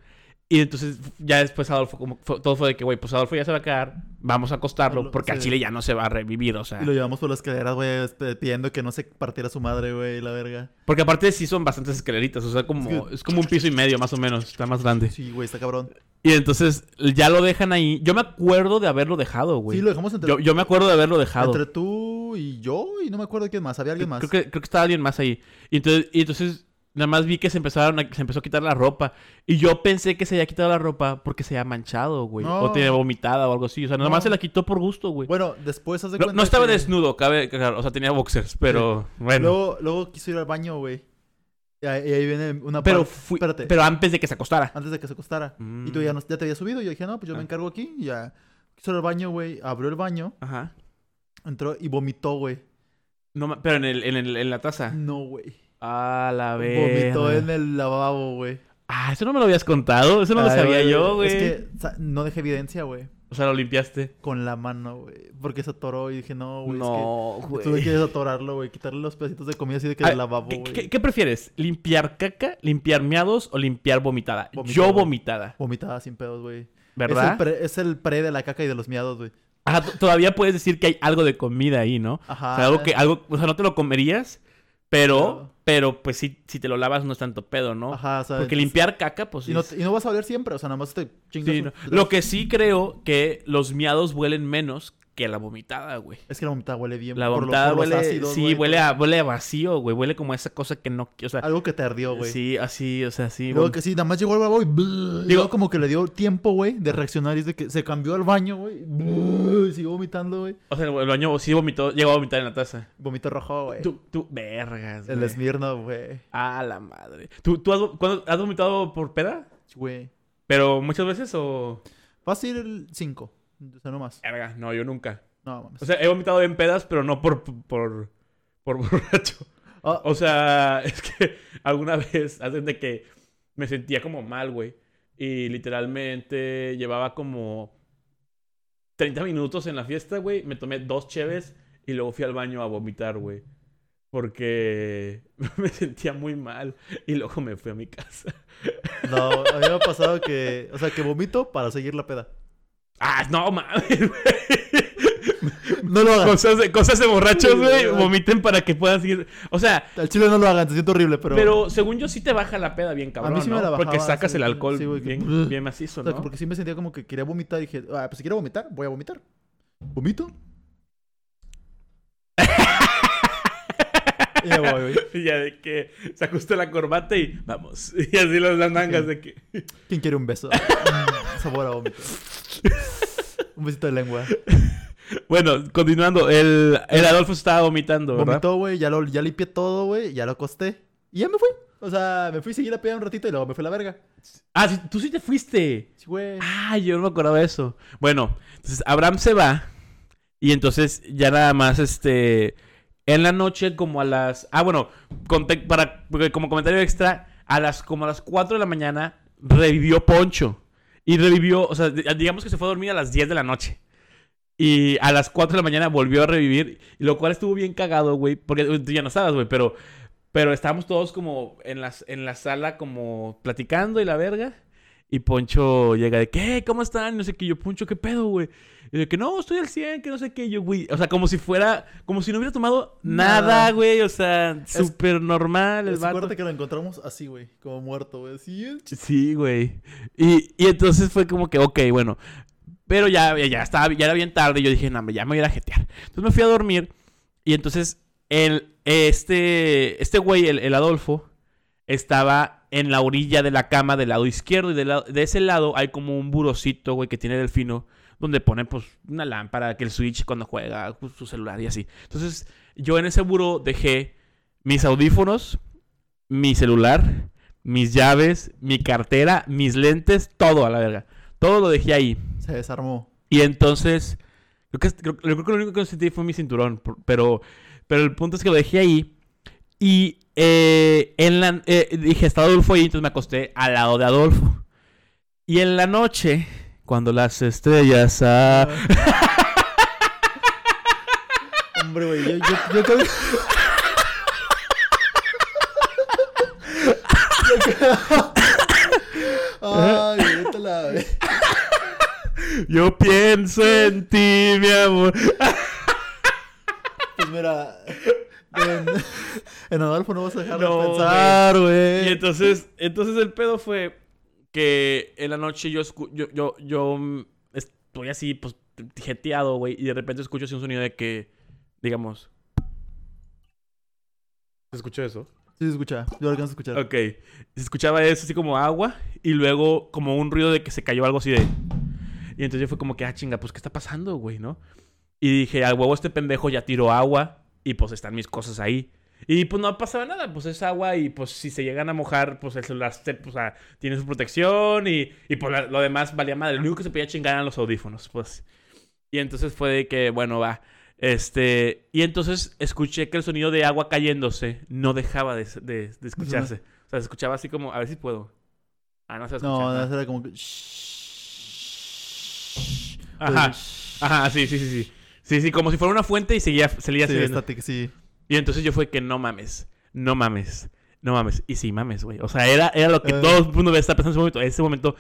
S1: Y entonces ya después Adolfo, como fue- todo fue de que, güey, pues Adolfo ya se va a quedar, vamos a acostarlo,
S2: Adolfo,
S1: porque al
S2: sí.
S1: Chile ya no se va a revivir, o sea.
S2: Y lo llevamos por las escaleras, güey, este, pidiendo que no se partiera su madre, güey, la verga.
S1: Porque aparte sí son bastantes escaleritas, o sea, como,
S2: Es
S1: es como un piso y medio más o menos, está más grande.
S2: Sí, güey, está cabrón.
S1: Y entonces ya lo dejan ahí. Yo me acuerdo de haberlo dejado, güey.
S2: Sí, lo dejamos entre,
S1: yo, yo me acuerdo de haberlo dejado.
S2: entre tú y yo, y no me acuerdo quién más, había alguien más.
S1: Creo que, creo que estaba alguien más ahí. Y entonces, y entonces nada más vi que se empezaron a- se empezó a quitar la ropa. Y yo pensé que se había quitado la ropa porque se había manchado, güey.
S2: No.
S1: O tenía vomitada o algo así. O sea, nada más
S2: No.
S1: se la quitó por gusto, güey.
S2: Bueno, después haz de
S1: No,
S2: cuenta
S1: no estaba
S2: que-
S1: desnudo, cabe, claro, o sea, tenía boxers, pero bueno.
S2: Luego, luego quiso ir al baño, güey. Y ahí y ahí viene una
S1: pero
S2: parte-
S1: fui,
S2: espérate.
S1: pero antes de que se acostara.
S2: antes de que se acostara.
S1: Mm.
S2: Y tú ya, no- ya te había subido. Y yo dije, no, pues yo
S1: Ah.
S2: me encargo aquí. y ya quiso ir al baño, güey. Abrió el baño,
S1: Mm. Ajá.
S2: entró y vomitó, güey.
S1: No, ma- pero en, el, en, el- en la taza.
S2: No, güey.
S1: Ah, la vez.
S2: Vomitó Mm. en el lavabo, güey.
S1: Ah, eso no me lo habías contado. Eso no lo
S2: Ay,
S1: sabía
S2: güey,
S1: yo, güey.
S2: Es que sa- no dejé evidencia, güey.
S1: O sea, lo limpiaste.
S2: Con la mano, güey. Porque se atoró y dije, no, güey.
S1: no,
S2: Es que
S1: güey.
S2: tuve que desatorarlo, güey. Quitarle los pedacitos de comida así de que
S1: A
S2: del
S1: ver,
S2: lavabo,
S1: Ah, ¿Qué,
S2: güey.
S1: qué- qué prefieres? ¿Limpiar caca, limpiar miados o limpiar vomitada?
S2: Vomitada.
S1: Yo vomitada,
S2: Vomitaba sin pedos, güey. Es el,
S1: ¿verdad?
S2: pre, es el pre de la caca y de los miados, güey.
S1: Ah, t- todavía puedes decir que hay algo de comida ahí, ¿no?
S2: Ajá.
S1: O sea, algo que, ah, algo, o sea, no te lo comerías, pero,
S2: Ah. Claro.
S1: pero pues si, si te lo lavas no es tanto pedo, ¿no?
S2: Ajá, o sea,
S1: Porque
S2: entonces-
S1: limpiar caca, pues
S2: Y
S1: sí
S2: no,
S1: es-
S2: y no vas a oler siempre, o sea, nada más te chingas.
S1: sí,
S2: un-
S1: no. Lo que sí creo que los miados huelen menos que la vomitada, güey.
S2: Es que la vomitada huele bien.
S1: La
S2: por lo-
S1: vomitada
S2: por los
S1: huele,
S2: ácidos,
S1: sí,
S2: güey,
S1: huele a, huele a vacío, güey. Huele como a esa cosa que no, o sea,
S2: Algo que te ardió, güey.
S1: sí, así, o sea, sí.
S2: Luego
S1: vom-
S2: que sí, nada más llegó al lavabo y... Digo, como que le dio tiempo, güey, de reaccionar y es de que se cambió al baño, güey. y siguió vomitando, güey.
S1: O sea, el baño sí vomitó, llegó a vomitar en la taza.
S2: Vomito rojo, güey.
S1: Tú, tú, vergas,
S2: El
S1: güey.
S2: Smirnoff, güey.
S1: A la madre. ¿Tú, tú has, vo- cuándo- has vomitado por peda?
S2: Güey.
S1: ¿Pero muchas veces o...?
S2: Fácil el 5. O sea, no más.
S1: Verga, no, yo nunca.
S2: No, mames.
S1: O sea, he vomitado en pedas, pero no por... por... por [laughs] borracho.
S2: Ah.
S1: O sea, [laughs] es que alguna vez, hacen de que me sentía como mal, güey. Y literalmente llevaba como 30 minutos en la fiesta, güey. Me tomé dos cheves y luego fui al baño a vomitar, güey. Porque [laughs] me sentía muy mal y luego me fui a mi casa. [laughs]
S2: No, a mí me ha pasado que... O sea, que vomito para seguir la
S1: [laughs]
S2: peda.
S1: Ah, no mames, güey.
S2: [laughs] No lo hagan.
S1: Cosas de, cosas de borrachos,
S2: Sí,
S1: güey.
S2: ¿verdad?
S1: Vomiten para que puedan seguir. O sea,
S2: Al chile no lo hagan, se siente horrible, pero...
S1: pero, según yo sí te baja la peda bien, cabrón.
S2: A mí sí me
S1: ¿no?
S2: la bajaba,
S1: Porque sacas
S2: sí,
S1: el alcohol
S2: sí, güey, que-
S1: bien, bien macizo,
S2: O sea,
S1: ¿no?
S2: que
S1: [laughs]
S2: porque sí me sentía como que quería vomitar. Dije, ah, pues si quiero vomitar, voy a vomitar.
S1: [laughs]
S2: ¿Vomito? y me voy, güey.
S1: Y ya de que se ajusta la corbata y vamos. [laughs] Y así las, las mangas de
S2: [laughs]
S1: que.
S2: ¿Quién quiere un beso? [laughs] Mm, Sabor a
S1: [laughs]
S2: vómito. Un besito de lengua.
S1: Bueno, continuando, el, el Adolfo estaba vomitando, ¿verdad?
S2: Vomitó, güey. Ya, lo- ya limpié todo, güey. Ya lo acosté. Y ya me fui. O sea, me fui seguir la peda un ratito y luego me fui a la verga.
S1: Ah, sí, tú sí te fuiste.
S2: Sí, güey.
S1: Ah, yo no me acordaba de eso. Bueno, entonces Abraham se va. Y entonces ya nada más, este. En la noche, como a las. Ah, bueno, conte- para, porque como comentario extra, a las, como a las 4 de la mañana revivió Poncho. Y revivió, o sea, di- digamos que se fue a dormir a las 10 de la noche. Y a las 4 de la mañana volvió a revivir, lo cual estuvo bien cagado, güey, porque tú ya no estabas, güey, pero, pero estábamos todos como en, las, en la sala como platicando y la verga. Y Poncho llega de, ¿qué? ¿Cómo están? No sé qué. Yo, Poncho, ¿qué pedo, güey? Y de que, no, estoy al 100, que no sé qué. Yo, güey, o sea, como si fuera, como si no hubiera tomado
S2: Nada.
S1: nada, güey. O sea, súper normal el vato.
S2: Acuérdate que lo encontramos así, güey, como muerto, güey. Así el ch-
S1: Sí, güey. Y, y entonces fue como que, ok, bueno. Pero ya, ya, ya estaba, ya era bien tarde. Y yo dije, no, hombre, ya me voy a ir a jetear. Entonces me fui a dormir. Y entonces, el, este, este güey, el, el Adolfo, estaba en la orilla de la cama del lado izquierdo. Y del lado- de ese lado hay como un burocito, güey, que tiene delfino. Donde pone, pues, una lámpara, que el switch cuando juega, pues, su celular y así. Entonces, yo en ese buró dejé mis audífonos, mi celular, mis llaves, mi cartera, mis lentes, todo a la verga. Todo lo dejé ahí.
S2: Se desarmó.
S1: Y entonces, creo que, creo, creo que lo único que sentí fue mi cinturón, por- pero, pero el punto es que lo dejé ahí. Y eh, en la, eh, dije, está Adolfo ahí, entonces me acosté al lado de Adolfo. Y en la noche, cuando las estrellas... ah, [laughs]
S2: Hombre, güey, yo, yo,
S1: [laughs]
S2: yo creo que... [laughs] Ay, ahorita la...
S1: Yo pienso en ti, mi amor.
S2: Pues
S1: [laughs]
S2: mira... En, en Adolfo no vas a dejar
S1: No,
S2: de pensar,
S1: Y
S2: güey.
S1: entonces, entonces el pedo fue que en la noche yo escu- yo, yo, yo, mm, estoy así, pues, jeteado, güey, y de repente escucho así un sonido de que, digamos... ¿Se escuchó eso?
S2: Sí, se escucha. Yo lo alcanzo a escuchar.
S1: Ok. Se escuchaba eso así como agua y luego como un ruido de que se cayó algo así de... Y entonces yo fue como que, ah, chinga, pues, ¿qué está pasando, güey, no? Y dije, al huevo este pendejo ya tiró agua y pues están mis cosas ahí. Y pues no pasaba nada, pues es agua y pues si se llegan a mojar, pues el celular se- pues, ah, tiene su protección y, y pues la- lo demás valía madre. Lo único que se podía chingar eran los audífonos, pues. Y entonces fue de que, bueno, va. Este, y entonces escuché que el sonido de agua cayéndose no dejaba de, de- de escucharse. O sea, se escuchaba así como, a ver si puedo. Ah, no se escucha.
S2: No,
S1: Ah.
S2: no, era como que... Shhh.
S1: Ajá. Ah,
S2: Oye, shhh.
S1: Ajá, sí, sí, sí, sí. Sí, sí, como si fuera una fuente y seguía, seguía
S2: Sí,
S1: subiendo.
S2: estática, sí.
S1: Y entonces yo fue que no mames, no mames, no mames. Y sí mames, güey. O sea, era, era lo que
S2: Ah.
S1: todo el mundo estaba pensando en ese momento. En ese momento,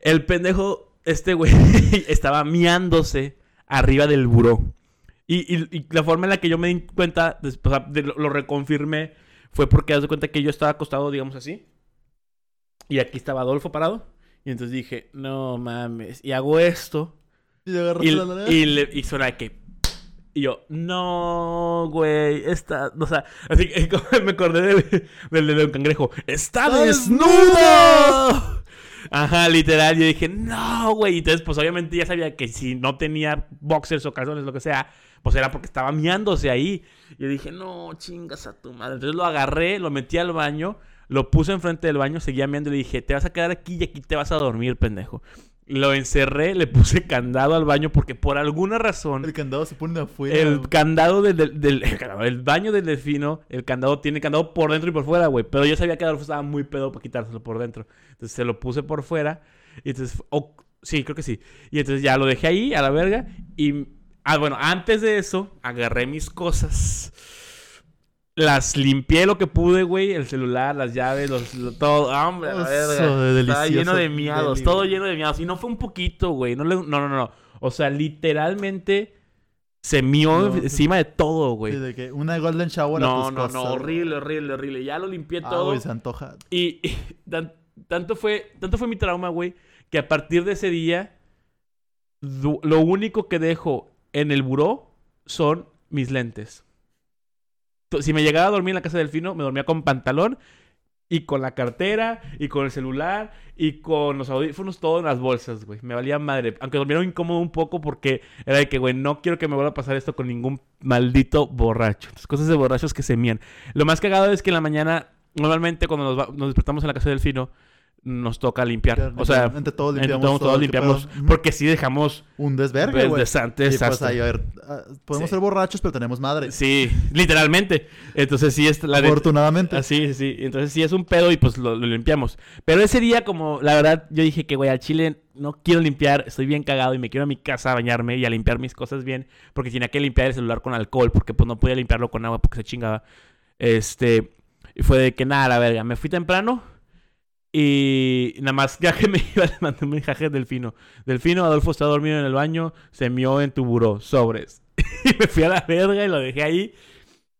S1: el pendejo, este güey, [laughs] estaba miándose arriba del buró. Y, y- y la forma en la que yo me di cuenta, después, o sea, de lo, lo reconfirmé, fue porque haz de cuenta que yo estaba acostado, digamos así. Y aquí estaba Adolfo parado. Y entonces dije, no mames. Y hago esto.
S2: Y agarraste
S1: Y,
S2: la nalga.
S1: y le y suena de que. Y yo, no, güey, está. O sea, así que [laughs] como me acordé del, del de Don Cangrejo. ¡Está
S2: ¡Está
S1: desnudo! Ajá, literal. Yo dije, no, güey. Y entonces, pues obviamente ya sabía que si no tenía boxers o calzones, lo que sea, pues era porque estaba miándose ahí. Yo dije, no, chingas a tu madre. Entonces lo agarré, lo metí al baño, lo puse enfrente del baño, seguía miando y le dije, te vas a quedar aquí y aquí te vas a dormir, pendejo. Lo encerré, le puse candado al baño porque por alguna razón
S2: El candado se pone afuera.
S1: el
S2: güey.
S1: candado del, del, del- [laughs] el candado, el baño del delfino, el candado tiene candado por dentro y por fuera, güey. Pero yo sabía que Adolfo estaba muy pedo para quitárselo por dentro. Entonces se lo puse por fuera. Y entonces, o- sí, creo que sí. Y entonces ya lo dejé ahí, a la verga. Y, ah, bueno, antes de eso, agarré mis cosas. Las limpié lo que pude, güey. El celular, las llaves, los, lo- todo. ¡Ah, Hombre, a la
S2: Eso,
S1: verga. Estaba
S2: delicioso,
S1: lleno de miados,
S2: deli-
S1: todo lleno de miados. Y no fue un poquito, güey. No, le- no, no, no. O sea, literalmente se mió
S2: No,
S1: encima de todo, güey.
S2: Sí, de que una golden shower a
S1: No,
S2: tus
S1: no, no,
S2: cosas.
S1: horrible, horrible, horrible. Ya lo limpié
S2: Ah,
S1: todo.
S2: güey, se antoja.
S1: Y, [laughs] y tan- tanto, fue, tanto fue mi trauma, güey, que a partir de ese día, du- lo único que dejo en el buró son mis lentes. To- Si me llegaba a dormir en la casa del fino, me dormía con pantalón y con la cartera y con el celular y con los audífonos, todo en las bolsas, güey. Me valía madre. Aunque durmieron incómodo un poco porque era de que, güey, no quiero que me vuelva a pasar esto con ningún maldito borracho. Las cosas de borrachos que se mían. Lo más cagado es que en la mañana, normalmente cuando nos, va- nos despertamos en la casa del fino, nos toca limpiar.
S2: Limpiar,
S1: O sea,
S2: limpiar. entre todos
S1: entre
S2: limpiamos.
S1: todos,
S2: todo,
S1: todos
S2: ¿qué
S1: limpiamos.
S2: pedo? Ujú.
S1: Porque si dejamos
S2: un desvergue,
S1: des-
S2: güey.
S1: desante,
S2: Y pues
S1: desastre.
S2: ahí, a ver, ah, podemos
S1: Sí.
S2: ser borrachos, pero tenemos madre.
S1: Sí, literalmente. Entonces sí es la neta-
S2: Afortunadamente.
S1: Así, sí, sí. Entonces sí es un pedo y pues lo, lo limpiamos. Pero ese día, como la verdad, yo dije que, güey, al chile no quiero limpiar, estoy bien cagado y me quiero a mi casa a bañarme y a limpiar mis cosas bien, porque tenía que limpiar el celular con alcohol, porque pues no podía limpiarlo con agua porque se chingaba. Este, y fue de que nada, la verga, me fui temprano y nada más ya que me [laughs] iba, le mandé un mensaje del fino. Delfino, Adolfo está dormido en el baño, se mió en tu buró, sobres. [laughs] y me fui a la verga y lo dejé ahí.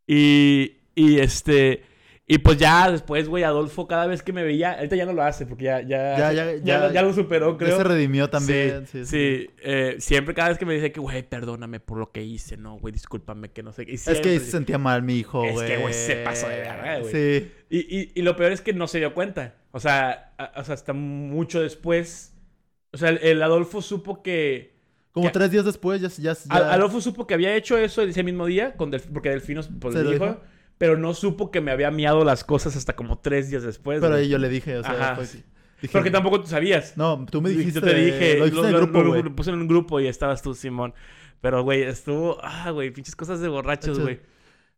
S1: Y, y este. Y pues ya después, güey, Adolfo, cada vez que me veía, ahorita ya no lo hace porque ya, ya,
S2: Ya, ya,
S1: ya lo-
S2: ya-
S1: ya lo superó,
S2: Ya
S1: creo.
S2: se redimió también.
S1: Sí,
S2: Sí, sí.
S1: sí, eh, siempre cada vez que me dice que, güey, perdóname por lo que hice, no, güey, discúlpame, que no sé qué. y
S2: Es que
S1: siempre-
S2: se sentía mal mi hijo,
S1: Es
S2: güey.
S1: que, güey, se pasó de verga, güey.
S2: Sí.
S1: Y, y, y lo peor es que no se dio cuenta. O sea, a- o sea, hasta mucho después. O sea, el, el Adolfo supo que.
S2: Como
S1: Ya.
S2: tres días después ya... ya, ya-
S1: Al- Adolfo supo que había hecho eso ese mismo día, con Delf- porque Delfino pues,
S2: Se
S1: le
S2: lo
S1: dijo,
S2: dijo.
S1: Pero no supo que me había miado las cosas hasta como tres días después.
S2: Pero
S1: güey.
S2: ahí yo le dije, o sea...
S1: Ajá,
S2: fue-
S1: sí.
S2: dije,
S1: Porque tampoco tú sabías.
S2: No, tú me
S1: Yo
S2: dijiste...
S1: te dije.
S2: Lo dijiste en
S1: lo-
S2: el
S1: lo-
S2: grupo,
S1: lo-
S2: güey.
S1: lo puse en un grupo y estabas tú, Simón. Pero, güey, estuvo. Ah, güey, pinches cosas de borrachos,
S2: Echa-
S1: güey.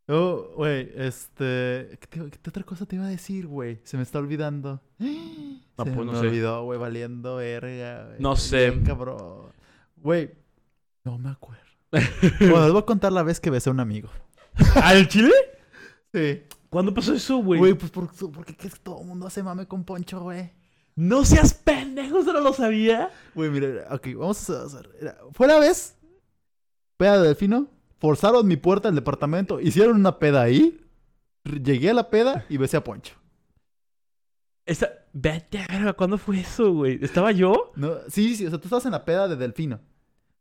S2: Oh, güey, este... ¿qué, te- qué otra cosa te iba a decir, güey? Se me está olvidando. [gasps] se
S1: pues, no
S2: me
S1: sé.
S2: olvidó, güey, valiendo verga, güey.
S1: No
S2: Bien
S1: sé.
S2: cabrón. Güey, no me acuerdo. bueno, les voy a contar la vez que besé a un amigo.
S1: ¿Al chile?
S2: Sí.
S1: ¿Cuándo pasó eso,
S2: Güey, pues por, porque crees que todo el mundo hace mame con Poncho, güey.
S1: No seas pendejo, eso no lo sabía.
S2: Güey, mira, ok, vamos a hacer. mira, Fue la vez, peda de Delfino, forzaron mi puerta del departamento, hicieron una peda ahí, r- llegué a la peda y besé a Poncho.
S1: Esta... Vete a verga, ¿cuándo fue eso, güey? ¿Estaba yo? [laughs]
S2: No, sí, sí, o sea, tú estabas en la peda de Delfino.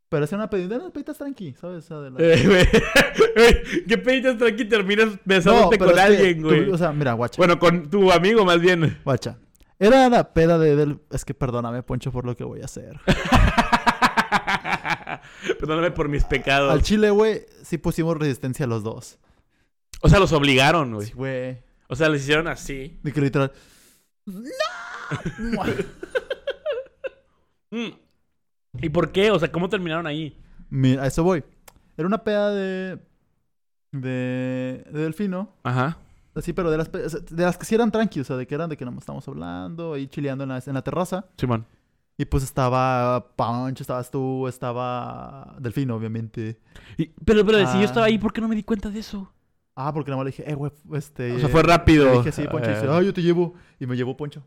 S2: Pero hacía una pedita, unas peditas tranqui, ¿sabes? O sea, de
S1: [laughs]
S2: la- [laughs]
S1: Eh, güey. Güey, ¿Qué peditas tú aquí terminas besándote
S2: pero
S1: con
S2: es que
S1: alguien,
S2: tú-
S1: güey?
S2: o sea, mira, guacha,
S1: Bueno, con tu amigo más bien.
S2: guacha. Era la peda de Del... Es que perdóname, Poncho, por lo que voy
S1: [laughs]
S2: a hacer.
S1: [laughs] Perdóname por mis pecados.
S2: Al chile, güey, sí pusimos resistencia a los dos.
S1: O sea, los obligaron, güey.
S2: Sí, güey.
S1: O sea, los hicieron así.
S2: De que literal. [laughs] ¡No!
S1: [laughs] Mm. ¿Y por qué? O sea, ¿cómo terminaron ahí?
S2: Mira, a eso voy. Era una peda de. de. de Delfino.
S1: Ajá.
S2: Así, pero de las, pe- o sea, de las que sí eran tranqui, o sea, de que eran de que nos estamos hablando, ahí chileando en la, en la terraza.
S1: Simón.
S2: Y pues estaba Pancho, estabas tú, estaba Delfino, obviamente.
S1: Y- pero, pero, si yo
S2: Ah.
S1: estaba ahí, ¿por qué no me di cuenta de eso?
S2: Ah, porque nada más le dije, eh, güey, este.
S1: O sea, fue
S2: eh,
S1: rápido.
S2: Le dije, sí, Poncho. Y dice,
S1: Eh.
S2: ah, yo te llevo. Y me llevó Poncho.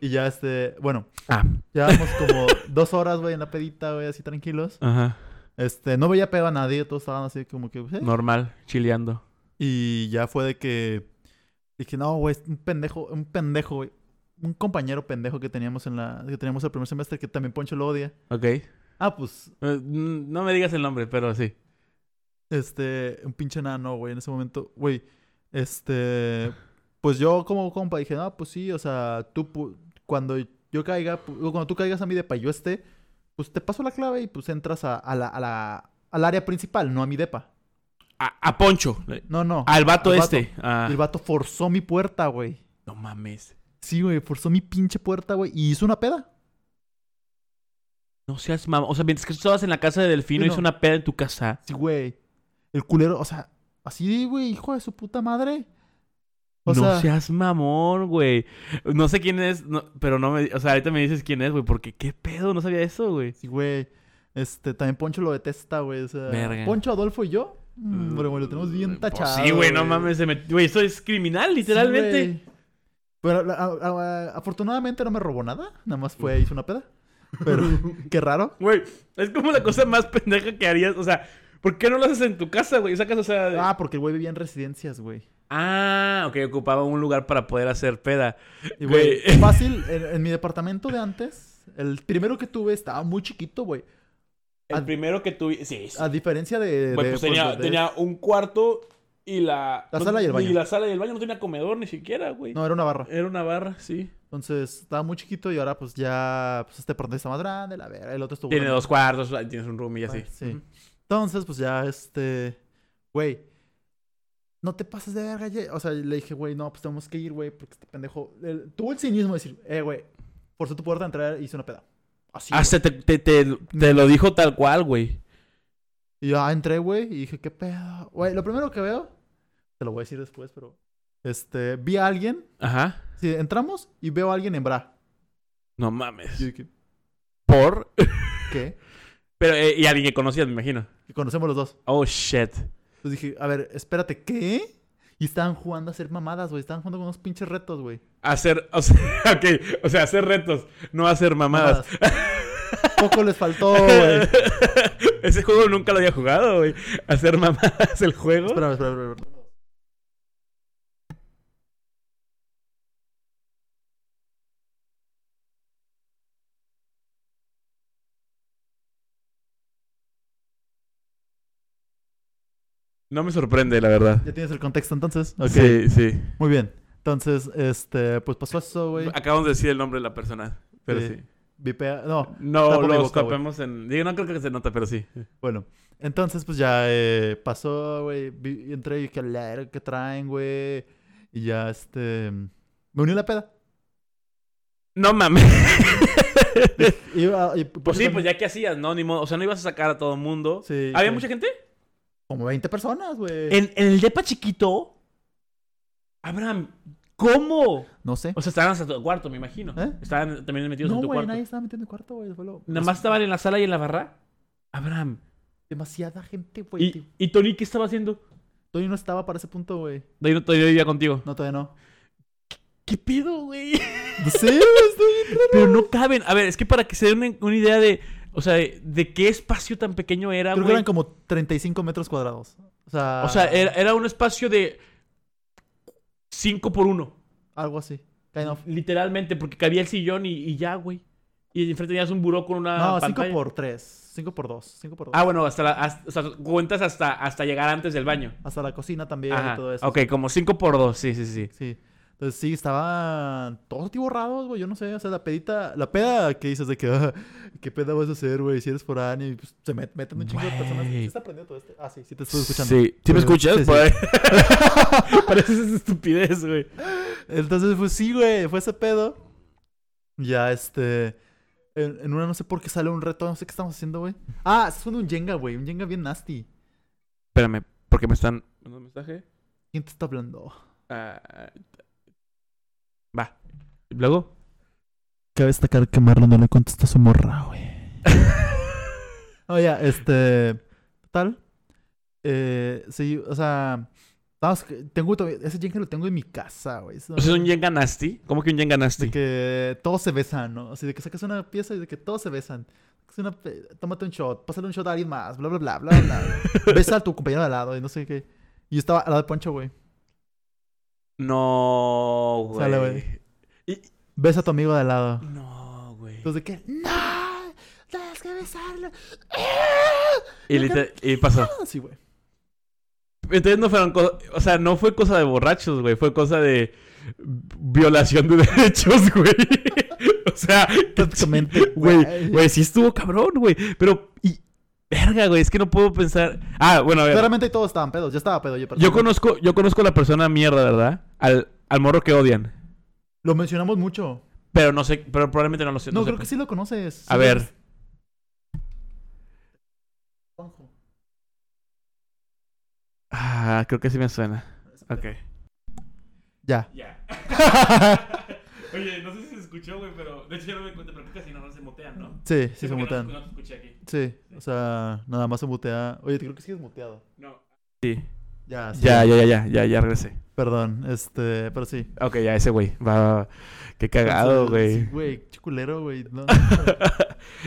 S2: Y ya, este. Bueno,
S1: Ah,
S2: llevamos como [laughs] dos horas, güey, en la pedita, güey, así tranquilos.
S1: ajá.
S2: Este, no veía pedo a nadie, todos estaban así como que. "Eh".
S1: Normal, chileando.
S2: Y ya fue de que. Dije, no, güey, un pendejo, un pendejo, güey. Un compañero pendejo que teníamos en la. que teníamos el primer semestre que también Poncho lo odia.
S1: Ok.
S2: Ah, pues,
S1: Eh, mm, No me digas el nombre, pero sí.
S2: este, un pinche nano, güey, en ese momento, güey. Este. Pues yo como compa dije, no, pues sí, o sea, tú pu- cuando yo caiga, pu- o cuando tú caigas a mí depa, y yo esté, pues te paso la clave y pues entras a, a la, a la, al área principal, no a mi depa.
S1: A, a Poncho.
S2: No, no.
S1: Al vato
S2: Al vato.
S1: este. Ah,
S2: El vato forzó mi puerta, güey.
S1: No mames.
S2: Sí, güey, forzó mi pinche puerta, güey, y hizo una peda.
S1: No seas mamá. O sea, mientras que tú estabas en la casa de Delfino,
S2: Sí, no.
S1: hizo una peda en tu casa.
S2: Sí, güey. El culero, o sea, así, güey, hijo de su puta madre. O
S1: no
S2: sea,
S1: seas mamón, güey. No sé quién es, no- pero no me... O sea, ahorita me dices quién es, güey, porque qué pedo, no sabía eso, güey.
S2: sí, güey. Este, también Poncho lo detesta, güey. O sea,
S1: Verga.
S2: Poncho, Adolfo y yo. mm, Hombre, güey, lo tenemos bien
S1: Pues
S2: tachado.
S1: sí, güey, no mames, se metió... Güey, eso es criminal,
S2: Sí,
S1: literalmente.
S2: güey. Pero la- a- a- afortunadamente no me robó nada. Nada más fue, hizo una peda.
S1: [laughs]
S2: Pero, qué raro.
S1: Güey, es como la cosa más pendeja que harías. O sea, ¿por qué no lo haces en tu casa, güey? Sacas, o sea... de-
S2: Ah, porque el güey vivía en residencias, güey.
S1: Ah, ok, ocupaba un lugar para poder hacer peda.
S2: Y, güey,
S1: Güey.
S2: fácil, en, en mi departamento de antes, el primero que tuve estaba muy chiquito, güey.
S1: El
S2: Ah.
S1: primero que tuve... Sí, sí.
S2: A diferencia
S1: Güey,
S2: de... de-
S1: pues
S2: pues,
S1: tenía,
S2: de- de-
S1: tenía un cuarto y la...
S2: La
S1: no-
S2: sala y el baño.
S1: Y la sala y el baño no tenía comedor ni siquiera, güey.
S2: No, era una barra.
S1: Era una barra, sí.
S2: Entonces, estaba muy chiquito y ahora pues ya... Pues este departamento está más grande, la verga. El otro estuvo...
S1: Tiene
S2: grande.
S1: dos cuartos, tienes un room y así.
S2: Sí. Entonces, pues ya este... Güey. no te pases de verga, ye-". O sea, le dije, güey, no, pues tenemos que ir, güey, porque este pendejo. él tuvo el cinismo de decir, eh, güey, forzó tu puerta a entrar y hizo una peda. Así.
S1: Ah,
S2: güey.
S1: se te, te- te- te lo dijo tal cual, güey.
S2: Y yo, ah, entré, güey, y dije, qué pedo. Güey, lo primero que veo, te lo voy a decir después, pero. Este, vi a alguien,
S1: Ajá.
S2: sí, entramos y veo a alguien en bra.
S1: No mames.
S2: Y yo dije,
S1: Por.
S2: ¿qué?
S1: Pero, eh, y alguien que conocías, me imagino.
S2: Y conocemos los dos.
S1: Oh, shit.
S2: Entonces dije, a ver, espérate, ¿qué? Y estaban jugando a hacer mamadas, güey. Estaban jugando con unos pinches retos, güey.
S1: Hacer, [laughs] o sea, ok, o sea, hacer retos, no hacer mamadas.
S2: Mamadas. Poco
S1: [laughs]
S2: les faltó, güey.
S1: Ese juego nunca lo había jugado, güey. Hacer mamadas el juego.
S2: Espérame, espérame, espérame. espérame.
S1: No me sorprende, la verdad.
S2: Ya tienes el contexto entonces. Ok.
S1: Sí, sí.
S2: Muy bien. Entonces, este, pues pasó eso, güey.
S1: Acabamos de decir el nombre de la persona, pero
S2: Sí.
S1: sí.
S2: Vipea. No, Está
S1: No
S2: por mi
S1: lo
S2: boca, güey.
S1: escapemos en... Digo, no creo que se nota, pero sí.
S2: bueno. Entonces, pues ya eh, pasó, güey. Vi- Entré y dije, "A la verga, ¿qué traen, güey? Y ya, este. Me uní a la peda.
S1: No
S2: [laughs]
S1: mames.
S2: Iba, y-
S1: Pues sí, pues ya que hacías, ¿no? Ni modo. O sea, no ibas a sacar a todo el mundo.
S2: Sí,
S1: ¿Había
S2: sí.
S1: mucha Eh, gente?
S2: Como 20 personas, güey.
S1: En, en el depa chiquito... Abraham, ¿cómo?
S2: No sé.
S1: O sea, estaban hasta tu cuarto, me imagino.
S2: ¿Eh?
S1: Estaban también metidos en
S2: No,
S1: tu
S2: güey,
S1: cuarto.
S2: nadie estaba metiendo en el cuarto, güey. Fue lo-
S1: Nada más estaban en la sala y en la barra. Abraham.
S2: Demasiada gente, güey.
S1: ¿Y, y Tony qué estaba haciendo?
S2: Todavía no estaba para ese punto, güey.
S1: Tony no todavía vivía contigo.
S2: No, todavía no.
S1: ¿Qué pedo, güey?
S2: No sé, güey, [laughs] estoy bien raro.
S1: Pero no caben. A ver, es que para que se den una, una idea de. O sea, de, de qué espacio tan pequeño era,
S2: Creo que
S1: güey.
S2: eran Ah. como 35 metros cuadrados. O sea,
S1: O sea, era, era un espacio de. 5 por 1.
S2: algo así. Kind of.
S1: Literalmente, porque cabía el sillón y, y ya, güey. Y enfrente tenías un buró con una.
S2: No, 5
S1: Ah, pantalla.
S2: por 3, 5 por 2, 5 por 2.
S1: Ah, bueno, hasta, la- hasta- o sea, cuentas hasta, hasta llegar antes del baño.
S2: Hasta la cocina también y
S1: Ajá.
S2: todo eso.
S1: Ok, como 5 por 2. Sí, sí, sí.
S2: Sí. Entonces sí, estaban todos tiborrados, güey. Yo no sé, o sea, la pedita, la peda que dices de que, ah, ¿qué peda vas a hacer, güey? Si eres foráneo, y pues, se met- meten un chingo de personas.
S1: Güey.
S2: ¿Sí está aprendiendo todo esto? Ah, sí, sí te estoy escuchando.
S1: Sí, ¿Sí me
S2: Pues,
S1: escuchas?
S2: sí, sí.
S1: Por- [laughs] Parece esa estupidez, güey.
S2: Entonces, pues sí, güey, fue ese pedo. Ya, este. En, en una no sé por qué sale un reto, no sé qué estamos haciendo, güey. Ah, es un Jenga, güey. Un Jenga bien nasty.
S1: Espérame, porque me están. ¿Mandó un mensaje?
S2: ¿Quién te está hablando?
S1: Ah, Va. ¿Y
S2: [laughs]
S1: luego?
S2: Cabe destacar que Marlon no le contesta a su morra, güey. Oh, ya, este. Tal. Eh, sí, o sea. Vamos, que tengo todavía- Ese Jenga lo tengo en mi casa, güey. Eso-
S1: O sea, ¿Es un Jenga Nasty? ¿Cómo que un Jenga Nasty?
S2: De que todos se besan, ¿no? Así de que sacas una pieza y de que todos se besan. Es una pe- Tómate un shot, pásale un shot a alguien más, bla, bla, bla, bla, bla. bla. Besa a tu compañero de al lado y no sé qué. Y yo estaba al lado de Poncho, güey.
S1: No,
S2: Sale,
S1: güey.
S2: güey. Besa a tu amigo de al lado.
S1: No, güey.
S2: Entonces, de que, ¡No! ¡Tienes que besarlo!
S1: Y, liter- y pasó.
S2: Así, güey.
S1: Entonces no fueron cosas. O sea, no fue cosa de borrachos, güey. Fue cosa de violación de [laughs] derechos, güey. o sea,
S2: Prácticamente,
S1: Güey,
S2: güey.
S1: güey, sí estuvo cabrón, güey. Pero, y. Verga, güey, es que no puedo pensar. Ah, bueno, a ver.
S2: Claramente todos estaban pedos. Yo estaba pedo, yo perdón.
S1: Yo conozco, yo conozco a la persona mierda, ¿verdad? Al, al morro que odian.
S2: Lo mencionamos mucho.
S1: Pero no sé, pero probablemente no lo sé.
S2: No,
S1: sé.
S2: creo que sí lo conoces.
S1: A ver.
S2: Juanjo.
S1: Ah, creo que sí me suena. Ok.
S2: Ya. [laughs]
S1: Ya. Oye, no sé si se escuchó, güey, pero. De hecho, yo no me cuenta, pero creo que si no, no se motean, ¿no?
S2: Sí, sí, se
S1: porque no
S2: mutean.
S1: te escuché aquí.
S2: Sí, o sea, nada más se mutea. Oye, creo que sí es muteado.
S1: No. Sí.
S2: Ya, sí.
S1: Ya, ya, ya, ya, ya, ya regresé.
S2: Perdón, este, pero sí.
S1: Ok, ya, ese güey. Va, va, va. Qué cagado,
S2: Entonces,
S1: güey.
S2: sí, Güey, chiculero, güey.
S1: [laughs]
S2: No,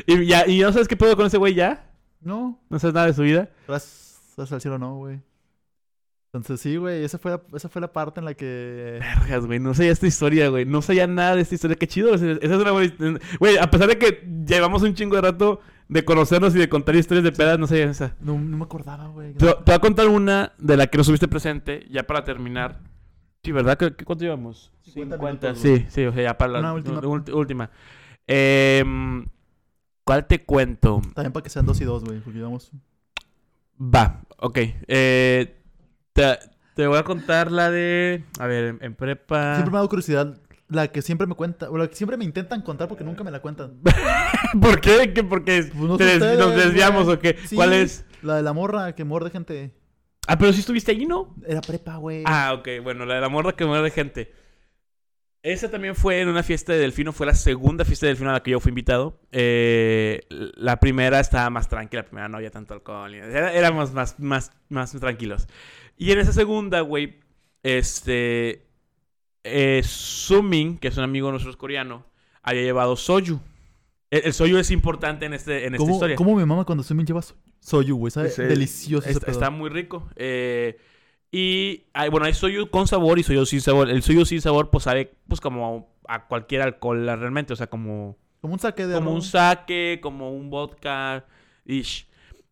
S1: ¿Y, ya, ¿Y no sabes qué puedo con ese güey ya?
S2: no,
S1: ¿No sabes nada de su vida?
S2: gracias, gracias al cielo no, güey. Entonces sí, güey, esa fue, la, esa fue la parte en la que...
S1: Vergas, güey, no sabía esta historia, güey. No sabía nada de esta historia. Qué chido. o sea, Esa es una buena hist- Güey, a pesar de que llevamos un chingo de rato de conocernos y de contar historias de pedas, no sabía esa.
S2: No, no me acordaba, güey.
S1: Te, te voy a contar una de la que no subiste presente, ya para terminar. Sí, ¿verdad? ¿Qué, qué- cuánto llevamos?
S2: 50 minutos, güey.
S1: Sí, sí, o sea, ya para la
S2: Una última.
S1: u- ulti- última. Em, ¿Cuál te cuento?
S2: También para que sean dos y dos, güey, porque digamos...
S1: Va, ok. Eh, te- Te voy a contar la de. A ver, en, en prepa.
S2: Siempre me ha dado curiosidad la que siempre me cuenta, o la que siempre me intentan contar porque nunca me
S1: [laughs]
S2: la cuentan.
S1: ¿Por qué? ¿Qué? Porque es-
S2: Pues no
S1: te
S2: sé
S1: des- nos
S2: ustedes,
S1: desviamos
S2: güey.
S1: o qué.
S2: Sí,
S1: ¿Cuál es?
S2: La de la morra que muerde gente.
S1: Ah, pero si estuviste allí, ¿no?
S2: Era prepa, güey.
S1: Ah, ok. Bueno, la de la morra que muerde gente. Esa también fue en una fiesta de Delfino. Fue la segunda fiesta de Delfino a la que yo fui invitado. Eh, la primera estaba más tranquila. La primera no había tanto alcohol. ni- era- éramos más, más, más tranquilos. Y en esa segunda, güey, este... eh, Sumin, que es un amigo nuestro es coreano, había llevado soju. E, El, el soju es importante en, este, en esta
S2: ¿Cómo,
S1: historia.
S2: ¿Cómo mi mamá cuando Sumin lleva soy- soyu, güey? Sabe
S1: Ese-
S2: delicioso ese
S1: Está,
S2: pedo.
S1: está muy rico. Eh, y hay- bueno, hay soyu con sabor y soyu sin sabor. El soyu sin sabor, pues sabe pues como a, a cualquier alcohol la- realmente. O sea, como,
S2: Como un saque de
S1: como un
S2: saque.
S1: sake, como un vodka. Ish.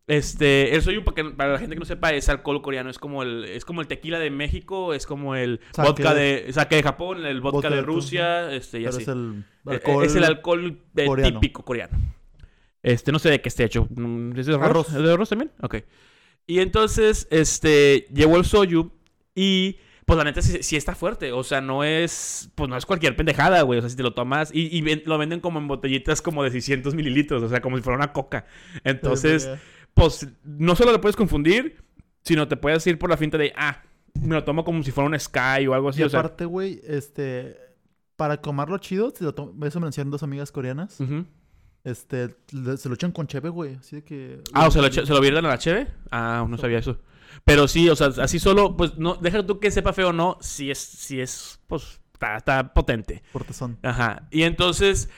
S1: Este, el soyu, para, que- para la gente que no sepa, es alcohol coreano. Es como el, es como el tequila de México, es como el
S2: Sake
S1: vodka de, sake de Japón, el vodka,
S2: Vodka
S1: de
S2: de
S1: Rusia, este, y
S2: Pero
S1: así.
S2: es el
S1: Eh, eh,
S2: alcohol.
S1: es el alcohol eh,
S2: coreano.
S1: típico coreano. Este, no sé de qué esté hecho. Mm, ¿Es de arroz?
S2: Arroz.
S1: ¿Es de arroz también? Ok. Y entonces, este, llevó el soyu y, pues la neta, sí, sí está fuerte. O sea, no es, pues no es cualquier pendejada, güey. O sea, si te lo tomas y, y ven- lo venden como en botellitas como de 600 mililitros. O sea, como si fuera una coca. Entonces, pues no solo lo puedes confundir, sino te puedes ir por la finta de, ah, me lo tomo como si fuera un Sky o algo así.
S2: Y
S1: Pues o sea,
S2: aparte, güey, este... Para comerlo chido, se lo to- eso me lo enseñaron dos amigas coreanas.
S1: ujú.
S2: Este, le- se lo echan con cheve, güey. Así de que...
S1: Ah, o sea, lo, che- se lo vierten a la cheve. Ah, no sabía eso. Pero sí, o sea, así solo, pues no, deja tú que sepa feo o no, si es, si es, pues, está, está potente.
S2: Por tazón.
S1: Ajá. Y entonces,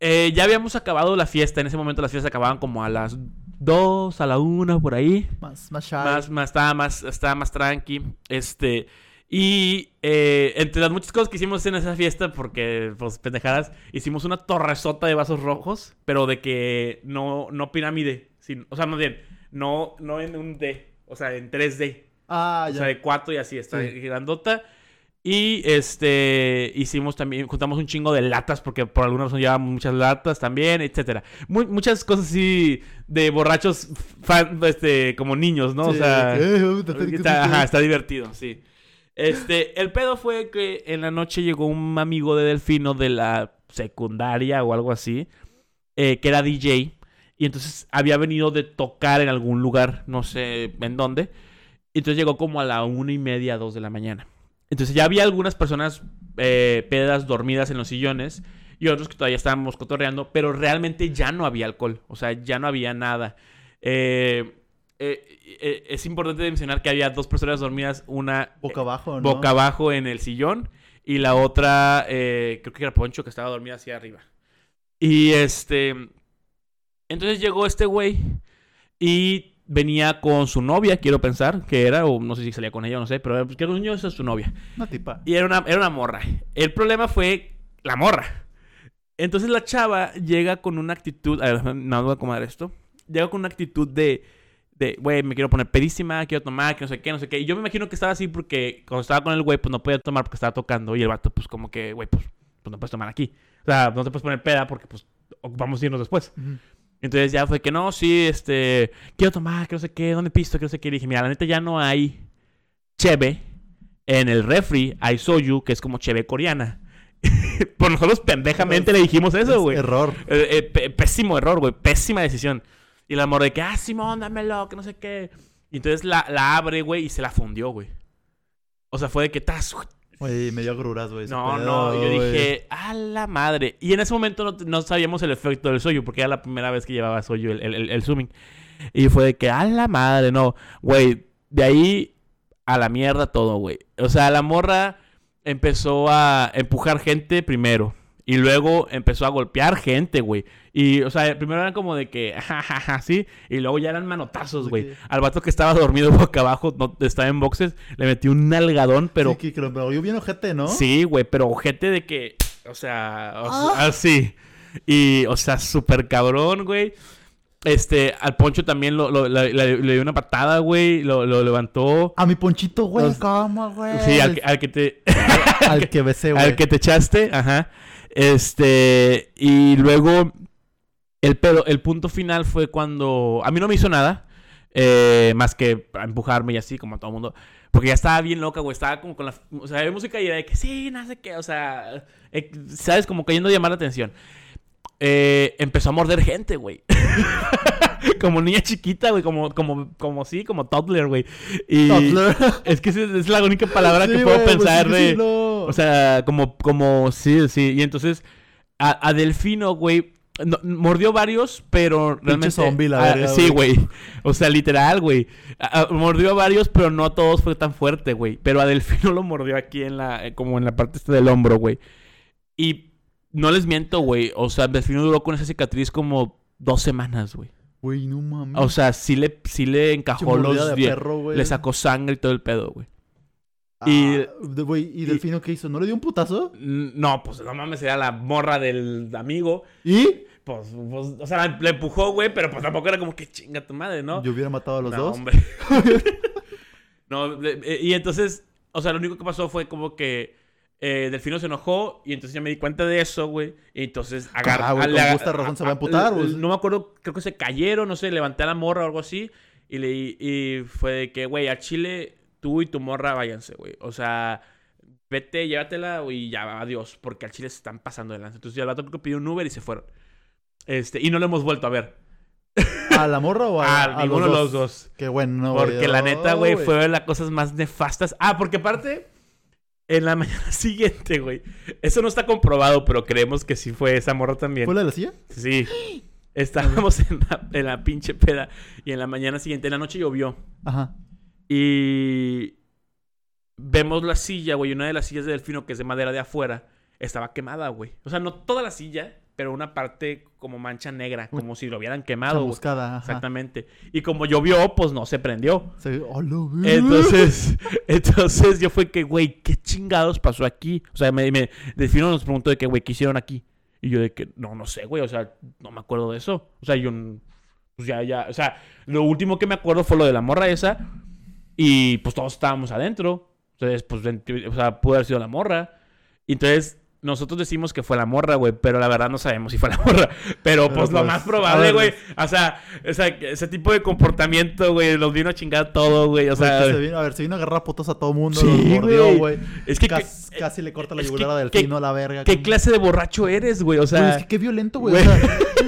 S1: eh, ya habíamos acabado la fiesta. En ese momento las fiestas acababan como a las 2, a la 1, por ahí.
S2: Más, más shy.
S1: Más, más, estaba más, estaba más tranqui. Este. Y eh, entre las muchas cosas que hicimos en esa fiesta, porque, pues, pendejadas, hicimos una torresota de vasos rojos, pero de que no, no pirámide. sin- o sea, más bien, no, no en un D, o sea, en 3D.
S2: Ah,
S1: O
S2: ya.
S1: sea, de 4 y así, está
S2: Sí.
S1: grandota. Y este hicimos también, juntamos un chingo de latas, porque por alguna razón llevábamos muchas latas también, etcétera. Mu- muchas cosas así de borrachos fan- este, como niños, ¿no? o
S2: Sí,
S1: sea.
S2: de que, eh, vamos a hacer que
S1: Está,
S2: sí,
S1: ajá,
S2: que-
S1: está divertido, sí. Este, el pedo fue que en la noche llegó un amigo de Delfino de la secundaria o algo así, eh, que era DJ, y entonces había venido de tocar en algún lugar, no sé en dónde, y entonces llegó como a la una y media, dos de la mañana. Entonces ya había algunas personas eh, pedas dormidas en los sillones y otros que todavía estábamos cotorreando, pero realmente ya no había alcohol, o sea, ya no había nada. Eh, eh, eh, es importante mencionar que había dos personas dormidas, una
S2: Boca abajo, ¿no?
S1: boca abajo en el sillón y la otra, eh, creo que era Poncho, que estaba dormida hacia arriba. Y este, entonces llegó este güey y venía con su novia, quiero pensar, que era, o no sé si salía con ella, no sé, pero pues, que era un niño, esa es su novia.
S2: Una tipa.
S1: Y era una, era una morra. El problema fue la morra. Entonces la chava llega con una actitud. A ver, déjame- no voy a acomodar esto. Llega con una actitud de. De, güey, me quiero poner pedísima, quiero tomar, que no sé qué, no sé qué. Y yo me imagino que estaba así porque cuando estaba con el güey, pues no podía tomar porque estaba tocando. Y el vato, pues como que, güey, pues, pues no puedes tomar aquí. O sea, no te puedes poner peda porque, pues, vamos a irnos después.
S2: Ujú.
S1: Entonces ya fue que no, sí, este, quiero tomar, que no sé qué, ¿dónde pisto? Que no sé qué. Y dije, mira, la neta ya no hay cheve en el refri, hay soyu, que es como cheve coreana. [laughs] Por nosotros pendejamente le dijimos eso,
S2: Es
S1: güey.
S2: Error.
S1: Eh, eh, pe- pésimo error, güey, pésima decisión. Y la morra de que, ah, Simón, dámelo, que no sé qué. Y entonces la, la abre, güey, y se la fundió, güey. O sea, fue de que, tas,
S2: Güey, me dio agruras, güey. ese
S1: no,
S2: pedo,
S1: no, yo
S2: güey.
S1: dije, a la madre. Y en ese momento no, no sabíamos el efecto del soyu, porque era la primera vez que llevaba soyu el, el, el- el zooming. Y fue de que, a la madre, no, güey, de ahí a la mierda todo, güey. O sea, la morra empezó a empujar gente primero. Y luego empezó a golpear gente, güey. Y, o sea, primero eran como de que, [laughs] jajaja, sí. Y luego ya eran manotazos,
S2: De
S1: güey.
S2: que-
S1: Al vato que estaba dormido [laughs] boca abajo, no, estaba en boxes, le metió un nalgadón, pero
S2: Sí, que, que lo me oyó bien ojete, ¿no?
S1: Sí, güey, pero ojete de que. O sea, o sea, así. Y, o sea, súper cabrón, güey. Este, al Poncho también lo, lo- la- la- le dio una patada, güey. Lo, lo levantó.
S2: A mi ponchito, güey.
S1: Los-
S2: ¿Cómo, güey?
S1: Sí, al, que- al que te.
S2: Al que besé, güey.
S1: al que te echaste, ajá. Este, y luego el pedo, el punto final fue cuando a mí no me hizo nada eh, más que empujarme y así como a todo mundo, Porque ya estaba bien loca, güey. Estaba como con la. O sea, había música y era de que sí, no sé qué. O sea, eh, ¿sabes? Como queriendo llamar la atención. Eh, empezó a morder gente, güey. [laughs] como niña chiquita, güey. Como, como, como sí, como toddler, güey. Y
S2: Toddler.
S1: Es que es, es la única palabra
S2: Sí,
S1: que puedo
S2: güey, pues
S1: pensar
S2: sí que
S1: de.
S2: sí, no.
S1: O sea, como, como, sí, sí. Y entonces, a, a Delfino, güey, no- mordió varios, pero realmente...
S2: zombie, la
S1: Ah,
S2: verga,
S1: Sí, güey. O sea, literal, güey. A- a- Mordió a varios, pero no a todos fue tan fuerte, güey. Pero a Delfino [laughs] lo mordió aquí en la... eh, Como en la parte esta del hombro, güey. Y no les miento, güey. O sea, Delfino duró con esa cicatriz como dos semanas, güey.
S2: Güey, no mames.
S1: O sea, sí le, sí le
S2: Mm. Pinche
S1: encajó
S2: mordida
S1: los...
S2: de
S1: die-
S2: perro, güey.
S1: Le sacó sangre y todo el pedo, güey.
S2: Ah,
S1: y-
S2: de- güey, ¿y, Delfino qué hizo? ¿No le dio un putazo?
S1: N- No, pues no mames, era la morra del amigo.
S2: ¿Y?
S1: Pues, pues, o sea, la- le empujó, güey, pero pues tampoco era como que chinga tu madre, ¿no?
S2: Yo hubiera matado a los
S1: No,
S2: dos.
S1: hombre. [laughs] no, le- eh, y entonces, o sea, lo único que pasó fue como que eh, Delfino se enojó y entonces ya me di cuenta de eso, güey. Y entonces agarró.
S2: Ah, güey, con
S1: le-
S2: justa razón se va a emputar, güey.
S1: No me acuerdo, creo que se cayeron, no sé, levanté a la morra o algo así. Y, le, y fue de que, güey, a Chile tú y tu morra váyanse, güey. O sea, vete, llévatela güey, y ya, adiós. Porque al Chile se están pasando de lanza. Entonces ya el vato creo que pidió un Uber y se fueron. Este, y no lo hemos vuelto a ver.
S2: ¿A la morra o
S1: [laughs]
S2: a,
S1: A,
S2: a
S1: ninguno de los dos.
S2: Qué bueno, güey.
S1: Porque la neta, güey,
S2: Ay,
S1: fue de las cosas más nefastas. Ah, porque aparte, en la [laughs] mañana siguiente, güey. Eso no está comprobado, pero creemos que sí fue esa morra también.
S2: ¿Fue la de la silla?
S1: Sí. Estábamos en la, en la pinche peda. Y en la mañana siguiente, en la noche llovió.
S2: Ajá.
S1: Ah, Y vemos la silla, güey. Una de las sillas de Delfino, que es de madera de afuera, estaba quemada, güey. O sea, no toda la silla, pero una parte como mancha negra, como si lo hubieran quemado, güey.
S2: Chamuscada, ajá.
S1: Exactamente. Y como llovió, pues no se prendió.
S2: Se- oh, lo vi.
S1: Entonces,
S2: Mm.
S1: [laughs] entonces yo fue que, güey, ¿qué chingados pasó aquí? O sea, me, me Delfino nos preguntó de que, güey, ¿qué hicieron aquí? Y yo de que, no, no sé, güey, o sea, no me acuerdo de eso. O sea, yo, n- pues ya, ya, o sea, lo último que me acuerdo fue lo de la morra esa y pues todos estábamos adentro. Entonces, pues, en teoría, o sea, pudo haber sido la morra. Y entonces, nosotros decimos que fue la morra, güey, pero la verdad no sabemos si fue la [laughs] morra. Pero
S2: Pero,
S1: pues lo
S2: pues,
S1: más
S2: a
S1: probable,
S2: ver.
S1: güey, o sea, o sea, ese tipo de comportamiento, güey, los vino a chingar todo, güey, o
S2: Güey,
S1: sea...
S2: que se vino- a ver, se vino a agarrar a putos a todo mundo.
S1: Sí,
S2: los mordió,
S1: güey.
S2: güey.
S1: Es que,
S2: Cas-
S1: ¿qué,
S2: casi le corta la
S1: es que-
S2: yugular a
S1: ¿qué-
S2: Delfino a la verga.
S1: qué
S2: con-
S1: clase de borracho eres, güey? O
S2: Güey,
S1: sea,
S2: es que qué violento, güey. O
S1: güey.
S2: sea,
S1: [laughs]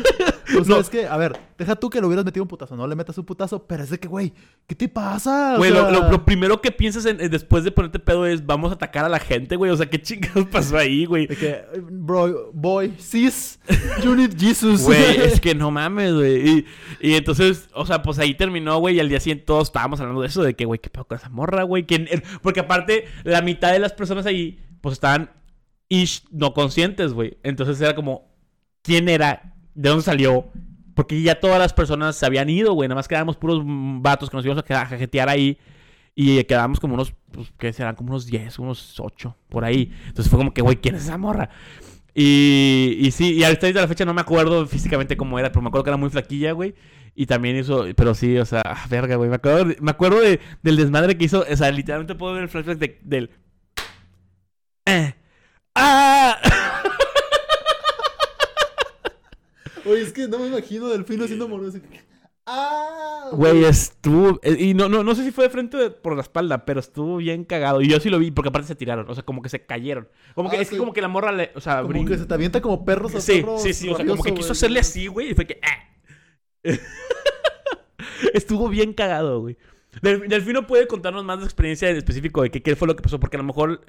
S2: o sea,
S1: No.
S2: es que, a ver, deja tú que le hubieras metido un putazo. No le metas un putazo, pero es de que, güey, ¿qué te pasa? O
S1: güey, lo,
S2: sea,
S1: lo- lo primero que piensas en- eh, después de ponerte pedo es vamos a atacar a la gente, güey. O sea, ¿qué chingados pasó ahí, güey?
S2: De que, bro, boy, sis, you need Jesus. [laughs]
S1: Güey, es que no mames, güey. Y, y entonces, o sea, pues ahí terminó, güey. Y al día siguiente todos estábamos hablando de eso, de que, güey, qué pedo con esa morra, güey. ¿Quién era? Porque aparte, la mitad de las personas ahí, pues estaban ish no conscientes, güey. Entonces era como, ¿quién era? ¿De dónde salió? Porque ya todas las personas se habían ido, güey. Nada más quedábamos puros mm, vatos que nos íbamos a quedar- a cajetear ahí. Y quedábamos como unos, pues, ¿qué serán? Como unos 10, unos 8, por ahí. Entonces fue como que, güey, ¿quién es esa morra? Y, y sí, y ahorita ahorita a la fecha no me acuerdo físicamente cómo era, pero me acuerdo que era muy flaquilla, güey. Y también hizo, pero sí, o sea, ah, verga, güey. Me acuerdo, de- me acuerdo de- del desmadre que hizo, o sea, literalmente puedo ver el flashback de- del. Eh. ¡Ah!
S2: Oye, es que no me imagino a Delfino haciendo monos. ¡Ah!
S1: Güey, estuvo. eh, Y no, no, no sé si fue de frente o de- por la espalda, pero estuvo bien cagado. Y yo sí lo vi, porque aparte se tiraron, o sea, como que se cayeron. Como que
S2: Ah,
S1: es que
S2: sí.
S1: como que la morra le. O sea,
S2: Como
S1: brin-
S2: que se te avienta como perros a
S1: Sí,
S2: perros
S1: sí, sí. O sea,
S2: rabioso,
S1: como que
S2: güey.
S1: quiso hacerle así, güey. Y fue que. ah. [laughs] Estuvo bien cagado, güey. Del- Delfino puede contarnos más de experiencia en específico de qué, qué fue lo que pasó, porque a lo mejor.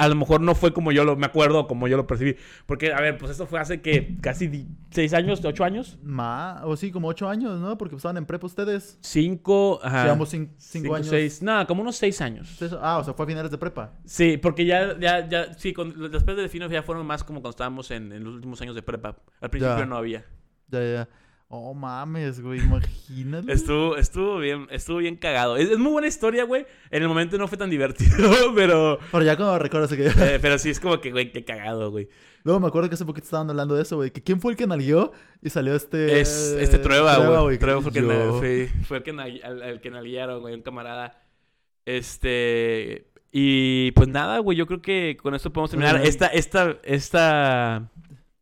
S1: A lo mejor no fue como yo lo me acuerdo o como yo lo percibí. Porque, a ver, pues esto fue hace que casi di- seis años, ocho años.
S2: Ma, o sí, como ocho años, ¿no? Porque estaban en prepa ustedes.
S1: Cinco. Ajá,
S2: Llevamos cin- cinco,
S1: cinco,
S2: años.
S1: Seis, nada, como unos seis años.
S2: Entonces, Ah, o sea, fue a finales de prepa.
S1: Sí, porque ya, ya, ya, sí, con- después de Delfino ya fueron más como cuando estábamos en, en los últimos años de prepa. Al principio
S2: Ya.
S1: no había.
S2: Ya, ya, ya. Oh, mames, güey, imagínate.
S1: Estuvo, estuvo bien, estuvo bien cagado. Es, es muy buena historia, güey. En el momento no fue tan divertido, [laughs] pero,
S2: Pero ya cuando recuerdas que... [laughs]
S1: eh, pero sí es como que, güey, qué cagado, güey.
S2: Luego me acuerdo que hace poquito estaban hablando de eso, güey. Que quién fue el que nalgueó y salió este...
S1: Es este Trueba, güey.
S2: que-
S1: Trueba fue, el que
S2: yo.
S1: na- fue- fue el que na- al, al que nalguearon, güey, un camarada. Este. Y pues nada, güey, yo creo que con esto podemos terminar
S2: Oye,
S1: esta, esta, esta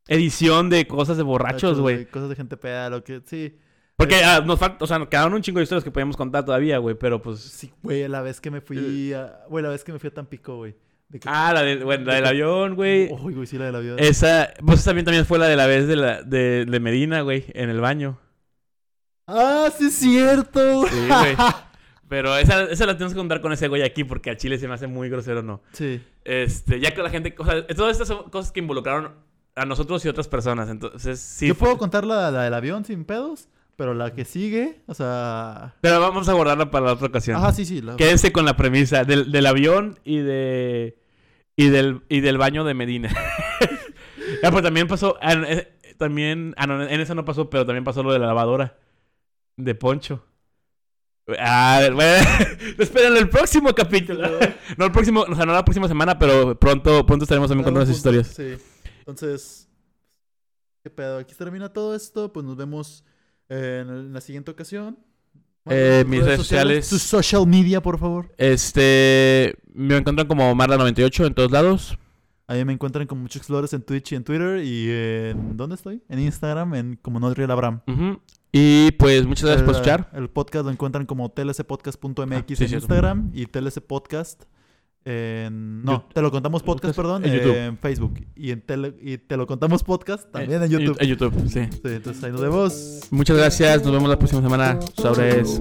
S1: edición de cosas de borrachos, güey.
S2: Cosas de gente peda, lo que... Sí.
S1: Porque ah, nos falta, o sea, nos quedaron un chingo de historias que podíamos contar todavía, güey, pero [laughs] pues...
S2: Sí, güey, la vez que me fui a... Güey, la vez que me fui a Tampico, güey. De que-
S1: Ah, la, del- bueno, la del avión, güey.
S2: Uy, güey, sí, la de la vida.
S1: Esa, pues también, también fue la de la vez de, la, de, de Medina, güey, en el baño.
S2: ¡Ah, sí es cierto! güey!
S1: Sí, güey. Pero esa, esa la tenemos que contar con ese güey aquí porque al chile se me hace muy grosero, ¿no?
S2: [laughs] Sí.
S1: Este, ya que la gente, o sea, todas estas son cosas que involucraron a nosotros y otras personas, entonces sí.
S2: Yo
S1: fue-
S2: puedo contar la, la del avión sin pedos, pero la que sigue, o sea...
S1: Pero vamos a guardarla para la otra ocasión.
S2: Ajá, sí, sí. La...
S1: Quédense con la premisa del, del avión y de y del y del baño de
S2: [laughs]
S1: Medina. ya, pues también pasó ah, no, eh, también ah, no, en eso no pasó, pero también pasó lo de la lavadora de Poncho. Ah, bueno, [laughs] esperen el próximo capítulo. [laughs] No el próximo, o sea, no la próxima semana, pero pronto pronto estaremos también contando
S2: Claro,
S1: esas historias.
S2: punto. Sí. Entonces, ¿qué pedo? Aquí termina todo esto. Pues nos vemos eh, en, en la siguiente ocasión.
S1: Eh,
S2: Tus
S1: mis redes sociales.
S2: Tus social media, por favor.
S1: Este, me encuentran como Marla98 en todos lados.
S2: Ahí me encuentran con muchos explores en Twitch y en Twitter. ¿Y en dónde estoy? En Instagram, en como Nodriel Abraham.
S1: Ujú. Y pues muchas gracias por
S2: El-
S1: escuchar.
S2: El podcast lo encuentran como tlcpodcast.mx
S1: Ah, sí,
S2: en
S1: cierto.
S2: Instagram y tlcpodcast en... No,
S1: Yu-
S2: te lo contamos
S1: podcast
S2: podcast, perdón,
S1: en
S2: en,
S1: YouTube.
S2: Facebook. Y, en tele, y te lo contamos podcast también en
S1: Eh,
S2: YouTube.
S1: En YouTube, sí.
S2: Sí, entonces ahí nos vemos.
S1: Muchas gracias, nos vemos la próxima semana. Sobres.